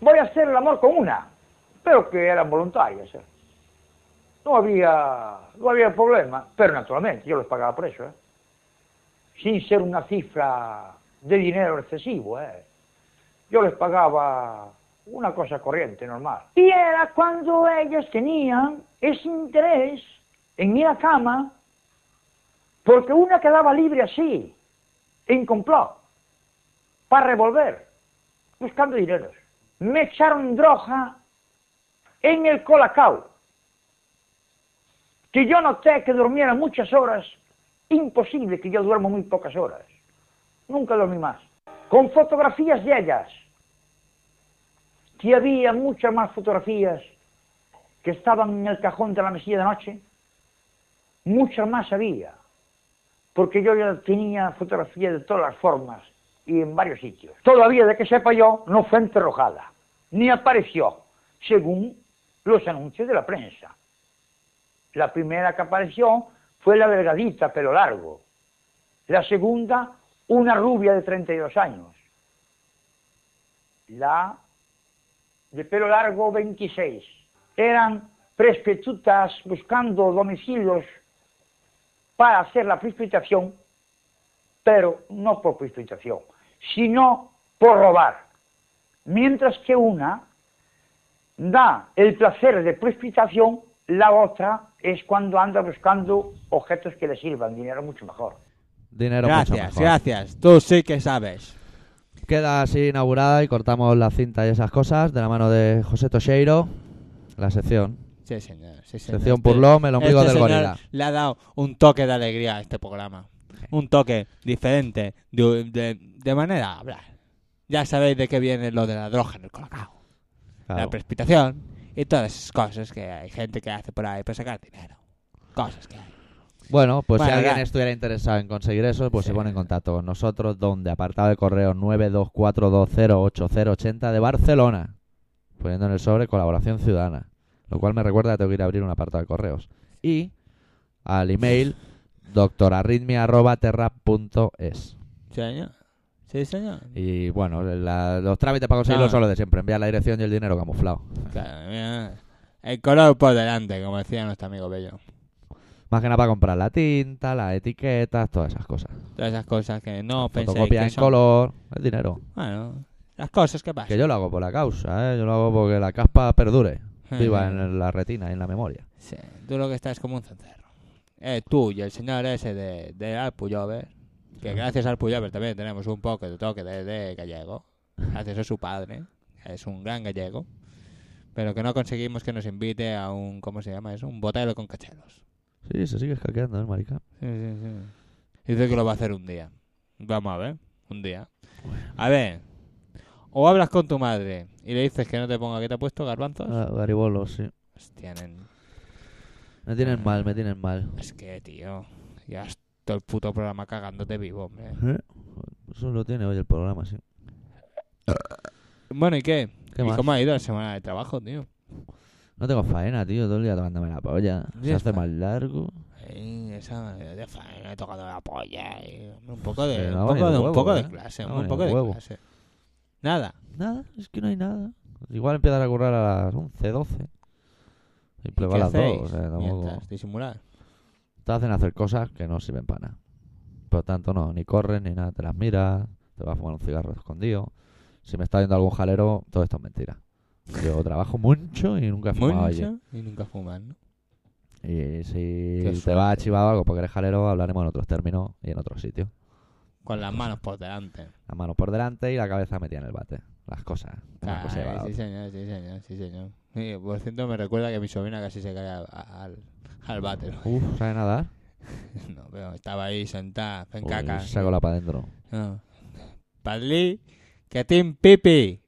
voy a hacer el amor con una, pero que eran voluntarias. ¿eh? No había, no había problema, pero naturalmente yo los pagaba por eso, ¿eh? sin ser una cifra de dinero excesivo. ¿eh? Yo les pagaba una cosa corriente, normal. Y era cuando ellas tenían ese interés en ir a cama, porque una quedaba libre así, en complot, para revolver, buscando dineros. Me echaron droga en el colacao que yo noté que durmiera muchas horas, imposible que yo duermo muy pocas horas. Nunca dormí más. Con fotografías de ellas, que había muchas más fotografías que estaban en el cajón de la mesilla de noche, muchas más había, porque yo ya tenía fotografías de todas las formas y en varios sitios. Todavía, de que sepa yo, no fue enterrojada, ni apareció, según los anuncios de la prensa. La primera que apareció fue la delgadita, pelo largo. La segunda, una rubia de 32 años. La de pelo largo, 26. Eran prespetutas buscando domicilios para hacer la precipitación, pero no por precipitación, sino por robar. Mientras que una da el placer de precipitación, la otra es cuando anda buscando objetos que le sirvan, dinero mucho mejor.
Dinero mucho
Gracias,
mejor.
gracias. Tú sí que sabes.
Queda así inaugurada y cortamos la cinta y esas cosas de la mano de José Toseiro. La sección.
Sí, señor. Sí, señor.
Sección Purlón, el ombligo del
señor
gorila.
Le ha dado un toque de alegría a este programa. Un toque diferente, de, de- de manera de hablar. Ya sabéis de qué viene lo de la droga en el colacao, la
Claro.
precipitación y todas esas cosas que hay gente que hace por ahí para sacar dinero. Cosas que hay.
Bueno, pues
Bueno,
si alguien
ya.
estuviera interesado en conseguir eso, pues
Sí.
se pone en contacto con nosotros, donde apartado de correo 924208080 de Barcelona, poniendo en el sobre colaboración ciudadana, lo cual me recuerda que tengo que ir a abrir un apartado de correos. Y al email doctorarritmia.terra.es.
Señor. Sí, señor.
Y bueno, la- los trámites para conseguirlo
Ah.
son los de siempre. Enviar la dirección y el dinero camuflado.
Claro, mira, El color por delante, como decía nuestro amigo Bello.
Más que nada para comprar la tinta, las etiquetas, todas esas cosas.
Todas esas cosas que no pensé
Fotocopia
que
en
son-
color, el dinero.
Bueno, las cosas que pasan.
Que yo lo hago por la causa, ¿eh? Yo lo hago porque la caspa perdure. Viva en la retina y en la memoria.
Sí, tú lo que estás como un cencerro. Eh, tú y el señor ese de, de Alpuyover, que gracias al Puyover también tenemos un poco de toque de, de gallego. Gracias a su padre, es un gran gallego. Pero que no conseguimos que nos invite a un, ¿cómo se llama eso? Un botelo con cachelos.
Sí, se sigue escaqueando, ¿eh, marica?
Dice que lo va a hacer un día. Vamos a ver, un día. A ver, o hablas con tu madre y le dices que no te ponga que te ha puesto garbanzos.
Ah, Garibolos, sí.
Hostia, nen.
Me
Ah.
tienen mal, me tienen mal.
Es que, tío, ya es todo el puto programa cagándote vivo, hombre.
¿Eh? Eso lo tiene hoy el programa, sí.
Bueno, ¿y qué?
¿Qué
¿Y
más?
cómo ha ido la semana de trabajo, tío?
No tengo faena, tío. Todo el día tocándome la polla.
Sí,
Se hace
está.
más largo.
Ay, esa de faena tocando la polla. y, hombre, un poco de,
Sí,
un
no ha
poco
venido
de, un
huevo,
poco de
¿eh?
clase,
No ha
hombre, un
venido
poco de
huevo.
clase. Nada.
Nada, es que no hay nada. Igual empezar a currar a las 11, 12. Y
¿Y
prueba
¿Qué
a las 2.
hacéis?
O sea, tampoco...
Mientras, disimular.
te hacen hacer cosas que no sirven para nada. Por tanto, no, ni corres ni nada, te las miras, te vas a fumar un cigarro escondido. Si me está viendo algún jalero, todo esto es mentira. Yo trabajo mucho y nunca he fumado allí.
Mucho y nunca fuman, ¿no?
Y si
Qué
te vas
suerte.
archivado algo porque eres jalero, hablaremos en otros términos y en otros sitios.
Con las manos por delante.
Las manos por delante y la cabeza metida en el bate. Las cosas. una cosa lleva a
Ay,
la
Ah, sí,
otra.
señor, sí, señor, sí, señor. Sí, por cierto, me recuerda que mi sobrina casi se cae al, al, al váter.
Uf, ¿sabe nadar?
No, pero estaba ahí sentada, en
Pues
caca.
saco la para adentro.
No. Padlí, que Tim Pipi.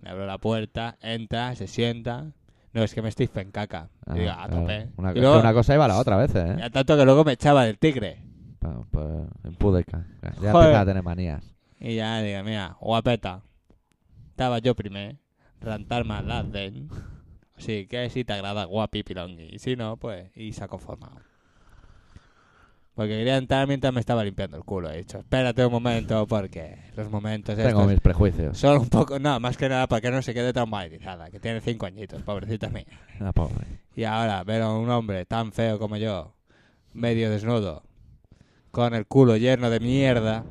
Me abro la puerta, entra, se sienta. No, es que me estoy fencaca.
Ah,
Digo, a
claro.
tope.
Una,
Y
es
luego-
que una cosa iba a la otra a veces, ¿eh?
ya tanto que luego me echaba del tigre.
Pa- pa- en Pudeca. Ya
Joder.
empieza a tener manías.
Y ya digo, mira, guapeta. Estaba yo primero, rantar más las den. Así que si te agrada, guapi, pilongui. Y si no, pues, y se ha conformado. Porque quería entrar mientras me estaba limpiando el culo. He dicho, espérate un momento, porque los momentos
Tengo
estos
mis prejuicios.
Solo un poco, no, más que nada para que no se quede traumatizada, que tiene cinco añitos, pobrecita mía.
Ah, pobre.
Y ahora ver a un hombre tan feo como yo, medio desnudo, con el culo lleno de mierda.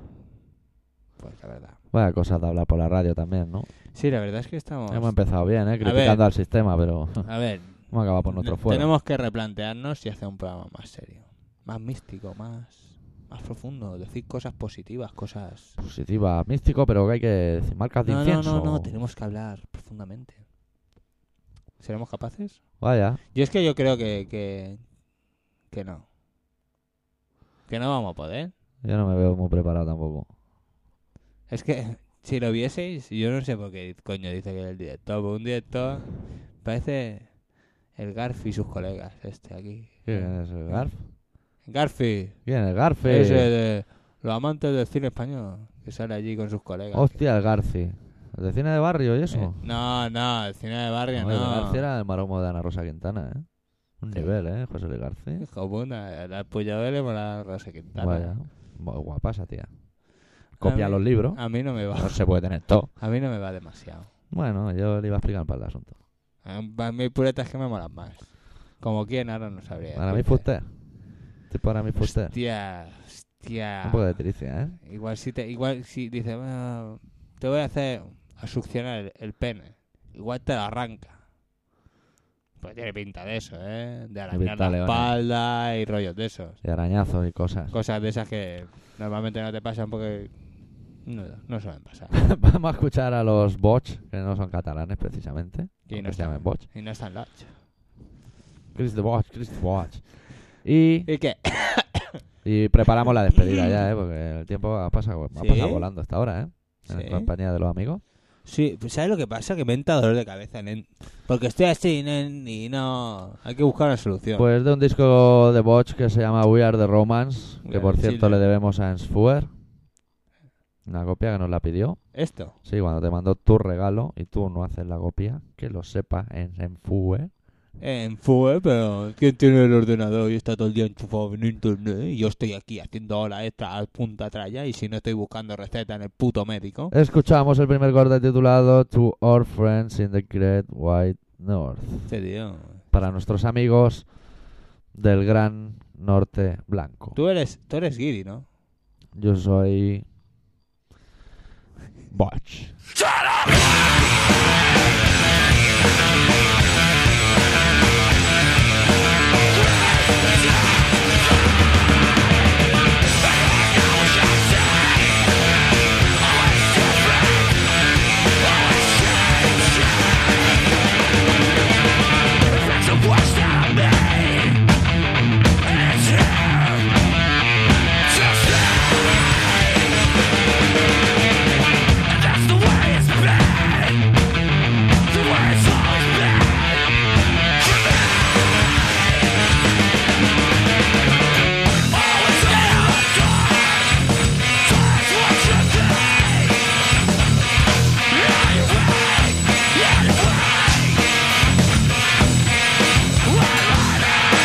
Pues la verdad.
Vaya cosas de hablar por la radio también, ¿no?
Sí, la verdad es que estamos.
Hemos empezado bien, ¿eh?
ver.
Criticando al sistema, pero
A ver,
hemos acabado por nuestro
ne-
fuego.
tenemos que replantearnos y hacer un programa más serio, más místico, más, más profundo, decir cosas positivas, cosas.
Positiva, místico, pero que hay que decir marcas de
No, no,
incienso.
no, no, tenemos que hablar profundamente. ¿Seremos capaces?
Vaya,
Yo es que yo creo que, que, que no. Que no vamos a poder.
yo no me veo muy preparado tampoco.
Es que si lo vieseis, yo no sé por qué coño dice que es el director. porque un director parece el Garfi y sus colegas, este aquí.
¿Quién es el Garf?
Garfi,
¿Quién es el Garfi?
ese de los amantes del cine español, que sale allí con sus colegas.
Hostia, el Garci. ¿El de cine de barrio y
Eh,
eso?
no, no, el cine de barrio
Hombre, el
no.
Garci era el maromo de Ana Rosa Quintana, ¿eh? Un
Sí.
nivel, ¿eh? José Luis Garci.
Hijo puta, el Alpuyabel le mola Rosa Quintana.
Vaya. Muy guapa esa tía. Copia
mí- Ah,
los libros.
A mí no me va,
No se puede tener todo.
a mí no me va demasiado.
Bueno, yo le iba a explicar para el asunto.
A mí hay puretas que me molan más. Como quien ahora no sabría.
Ahora mismo
decirte.
usted. Tipo ahora mismo usted.
Hostia, hostia.
Un poco de tricia, ¿eh?
Igual si te, igual si dices, "Bueno, te voy a hacer a succionar el, el pene. Igual te lo arranca. Pues tiene pinta de eso, ¿eh? De arañar
pinta
la
leona.
espalda y rollos de esos.
Y arañazos y cosas.
Cosas de esas que normalmente no te pasan porque no, no suelen pasar.
Vamos a escuchar a los bots, que no son catalanes precisamente.
Y no
aunque se
están,
llamen bots.
y no están loch.
Chris the Bots, Chris the Bots. Y,
¿Y qué?
y preparamos la despedida ya, ¿eh? Porque el tiempo ha pasado, ha
¿Sí?
pasado volando hasta ahora, ¿eh? En
Sí.
compañía de los amigos.
Sí, pues ¿sabes lo que pasa? Que me entra dolor de cabeza, nen. Porque estoy así, nen, y no... Hay que buscar una solución.
Pues de un disco de bots que se llama We Are the Romance,
We
que
Are
por
the
cierto le
Children.
debemos a Ansfuer. Una copia que nos la pidió.
Esto.
Sí, cuando te mando tu regalo y tú no haces la copia, que lo sepa en, en FUE.
En fue, pero ¿quién tiene el ordenador y está todo el día enchufado en internet? Y yo estoy aquí haciendo hora extra al punta tralla y si no estoy buscando receta en el puto médico.
Escuchamos el primer corte titulado To Our Friends in the Great White North.
Este tío.
Para nuestros amigos del Gran Norte Blanco.
Tú eres, tú eres Giri, ¿no?
Yo soy. Botch.
Yeah!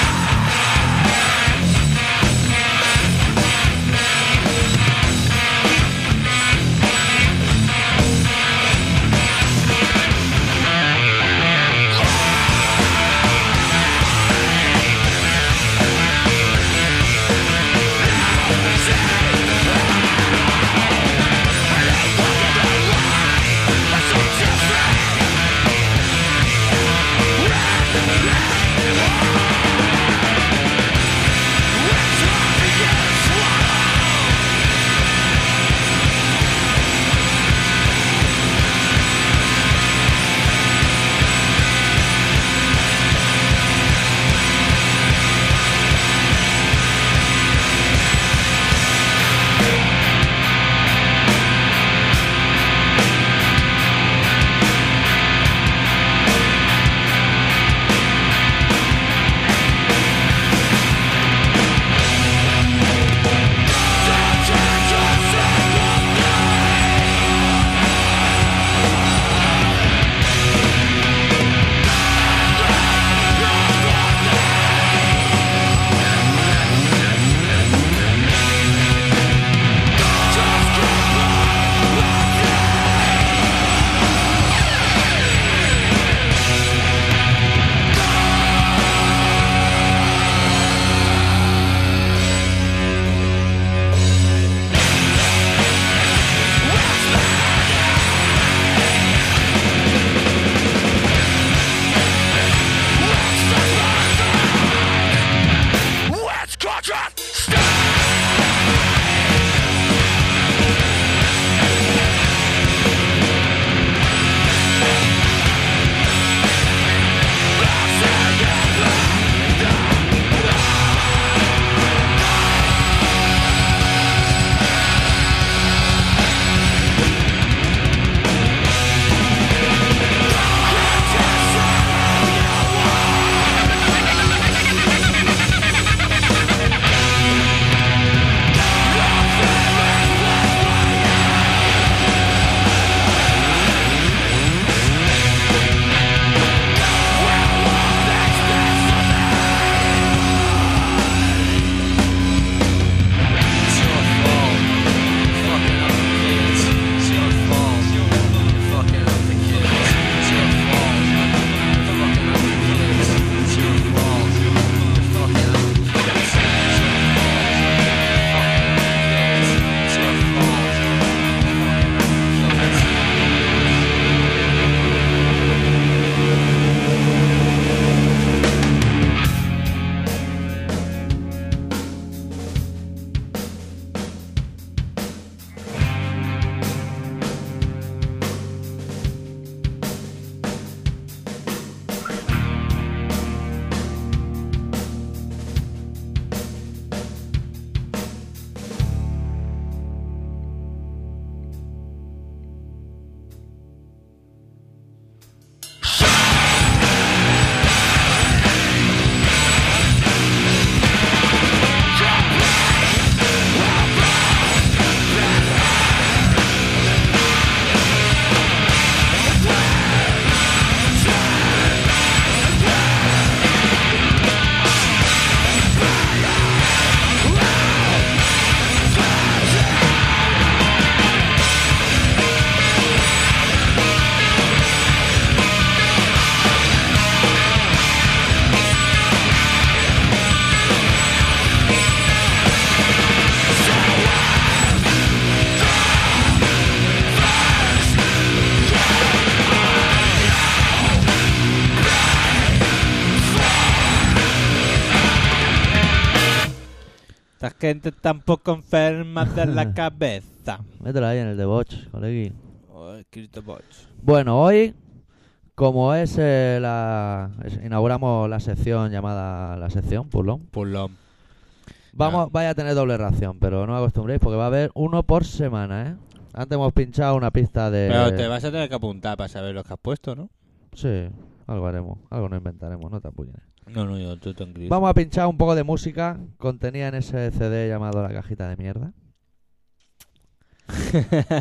Esta gente está un poco enferma de la cabeza.
Métela ahí en el de Botch, colegui.
Oh, Cristo Boch.
Bueno, hoy, como es eh, la. es- inauguramos la sección llamada la sección, Pulón.
Pulón.
Vamos, vaya a tener doble ración, pero no os acostumbréis porque va a haber uno por semana, ¿eh? Antes hemos pinchado una pista de.
Pero te vas a tener que apuntar para saber lo que has puesto, ¿no?
Sí, algo haremos, algo no inventaremos, no te apuñes.
No, no, yo estoy tranquilo.
Vamos a pinchar un poco de música contenida en ese CD llamado La Cajita de Mierda.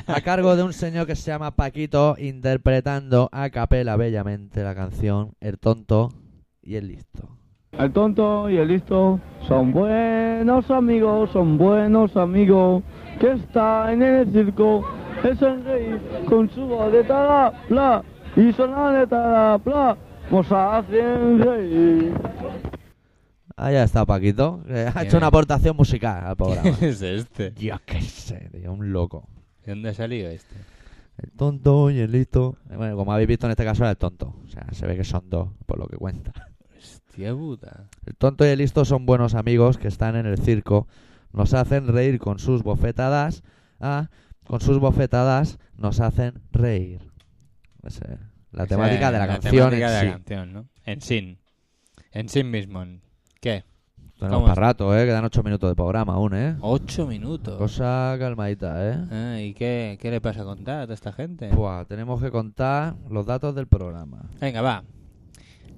a cargo de un señor que se llama Paquito, interpretando a capela bellamente la canción El tonto y el listo.
El tonto y el listo son buenos amigos, son buenos amigos. Que está en el circo, es el rey con su voz de tarapla y sonar de tarapla. Nos hacen reír.
Allá Ah, está Paquito, que ha
Bien.
hecho una aportación musical al programa.
¿Quién es este?
Yo qué sé, tío, un loco.
¿De dónde ha salido este?
El tonto y el listo. Eh, Bueno, como habéis visto en este caso era el tonto. O sea, se ve que son dos, por lo que cuenta.
Hostia puta.
El tonto y el listo son buenos amigos que están en el circo. Nos hacen reír con sus bofetadas. Ah, con sus bofetadas nos hacen reír. Ese- la temática de la, canción en
temática de
sí.
la canción, ¿no? En sin. En sin mismo. ¿Qué?
Tenemos
¿Cómo
para rato, ¿eh? Quedan ocho minutos de programa aún, ¿eh?
Ocho minutos.
Cosa calmadita, ¿eh?
Ah, ¿Y qué, qué le pasa a contar a toda esta gente?
Buah, tenemos que contar los datos del programa.
Venga, va.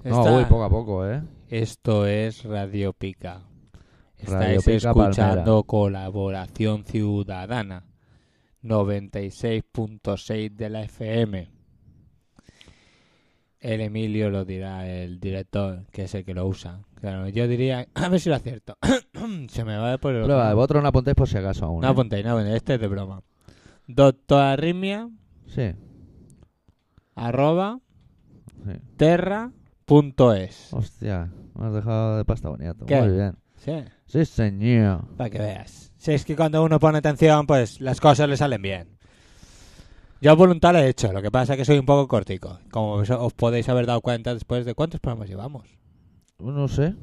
No,
Esta-
voy poco a poco, ¿eh?
Esto es Radio Pica.
Radio
Estáis
Pica
escuchando
Palmera.
Colaboración Ciudadana 96.6 de la FM. El Emilio lo dirá, el director, que es el que lo usa. Claro, yo diría, a ver si lo acierto. Se me va a por el otro
Prueba,
lado.
vosotros no apuntéis por si acaso aún.
No
¿eh?
apuntéis, no apuntéis, este es de broma. Doctor Arritmia,
Sí,
arroba,
sí. Oh.
terra.es.
Hostia, me has dejado de pasta boniato.
¿Qué?
Muy bien.
Sí.
Sí, señor.
Para que veas. Si es que cuando uno pone atención, pues las cosas le salen bien. Yo voluntad lo he hecho, lo que pasa es que soy un poco cortico. Como os- os podéis haber dado cuenta después de cuántos programas llevamos.
No sé.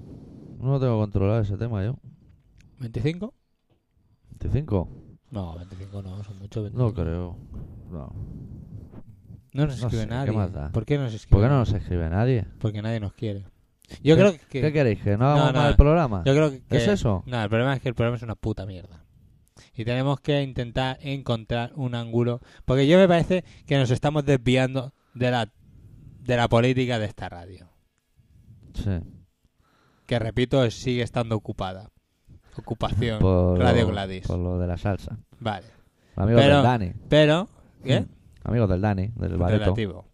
No tengo controlado ese tema yo.
¿25?
25.
No, 25 no, son muchos. 25.
No creo. No.
No nos
no
escribe
sé, ¿qué
nadie.
más da?
¿Por qué no nos escribe?
¿Por qué no nos escribe nadie?
Porque nadie nos quiere. Yo
¿Qué-
creo que...
¿Qué queréis? ¿Que no hagamos
No,
más
no.
el programa?
Yo creo que...
¿Es eso?
No, el problema es que el programa es una puta mierda. Y tenemos que intentar encontrar un ángulo. Porque yo me parece que nos estamos desviando de la, de la política de esta radio.
Sí.
Que repito, sigue estando ocupada. Ocupación.
Por
radio
lo,
Gladys.
Por lo de la salsa.
Vale.
Amigos
Pero-
del Dani.
Pero.
Mm,
¿Qué?
Amigos del Dani, del bareto.
Relativo.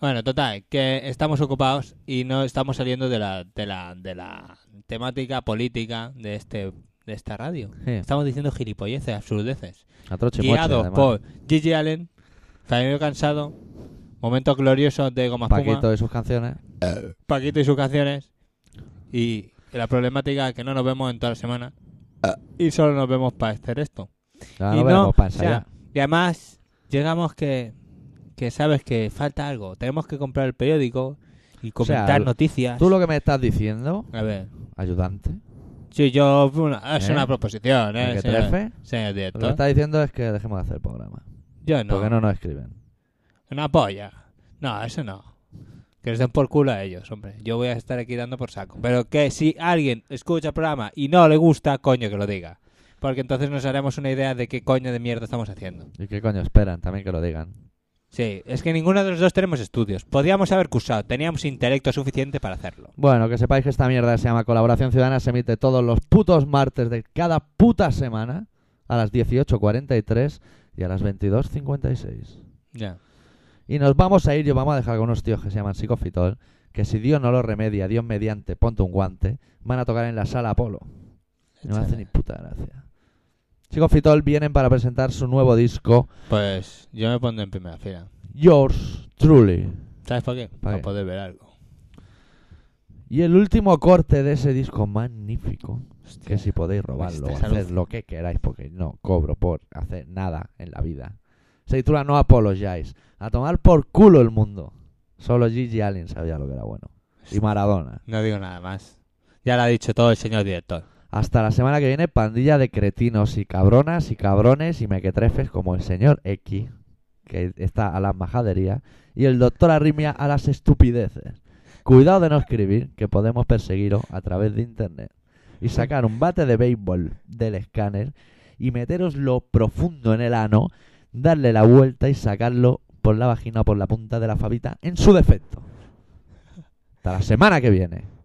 Bueno, total, que estamos ocupados y no estamos saliendo de la, de la, de la temática política de este de esta radio.
Sí.
Estamos diciendo gilipolleces, absurdeces.
A troche y moche,
guiados
además.
por Gigi Allen, Fabio Cansado, momentos gloriosos de Goma Espuma,
Paquito y sus canciones.
Paquito y sus canciones, y la problemática que no nos vemos en toda la semana, y solo nos vemos para hacer esto.
Ya
y
Ah. no,
no,
veremos para
o sea,
ensayar.
y además, llegamos que, que sabes que falta algo, tenemos que comprar el periódico y comentar
lo-
noticias.
Tú lo que me estás diciendo,
A ver,
ayudante,
sí, yo, una- es
¿Eh?
una proposición,
¿El
¿eh,
que
señor,
trefe,
señor
lo que
director?
estás diciendo es que dejemos de hacer el programa.
Yo no.
Porque no nos escriben.
Una polla. No, eso no. Que les den por culo a ellos, hombre. Yo voy a estar aquí dando por saco. Pero que si alguien escucha el programa y no le gusta, coño que lo diga. Porque entonces nos haremos una idea de qué coño de mierda estamos haciendo.
¿Y qué coño esperan? También que lo digan.
Sí, es que ninguno de los dos tenemos estudios. Podríamos haber cursado, teníamos intelecto suficiente para hacerlo.
Bueno, que sepáis que esta mierda se llama Colaboración Ciudadana, se emite todos los putos martes de cada puta semana a las 18.43 y a las 22.56.
Ya.
Y nos vamos a ir y os vamos a dejar con unos tíos que se llaman Psicofitol, que si Dios no lo remedia, Dios mediante, ponte un guante, van a tocar en la sala Apolo. Y No me hace ni puta gracia. Psicofitol vienen para presentar su nuevo disco,
Pues yo me pondré en primera fila.
Yours Truly.
¿Sabes por qué?
¿Para
Para
qué?
poder ver algo.
Y el último corte de ese disco magnífico
Hostia.
Que si podéis robarlo,
Vuestra
haced
salud.
lo que queráis, porque no cobro por hacer nada en la vida. Se titula No Apologize. A tomar por culo el mundo. Solo Gigi Allen sabía lo que era bueno. Y Maradona.
No digo nada más. Ya lo ha dicho todo el señor director.
Hasta la semana que viene, pandilla de cretinos y cabronas y cabrones y mequetrefes como el señor X, que está a las majaderías, y el doctor Arrimia a las estupideces. Cuidado de no escribir, que podemos perseguiros a través de internet. Y sacar un bate de béisbol del escáner y meteroslo profundo en el ano, darle la vuelta y sacarlo por la vagina o por la punta de la fabita en su defecto. Hasta la semana que viene.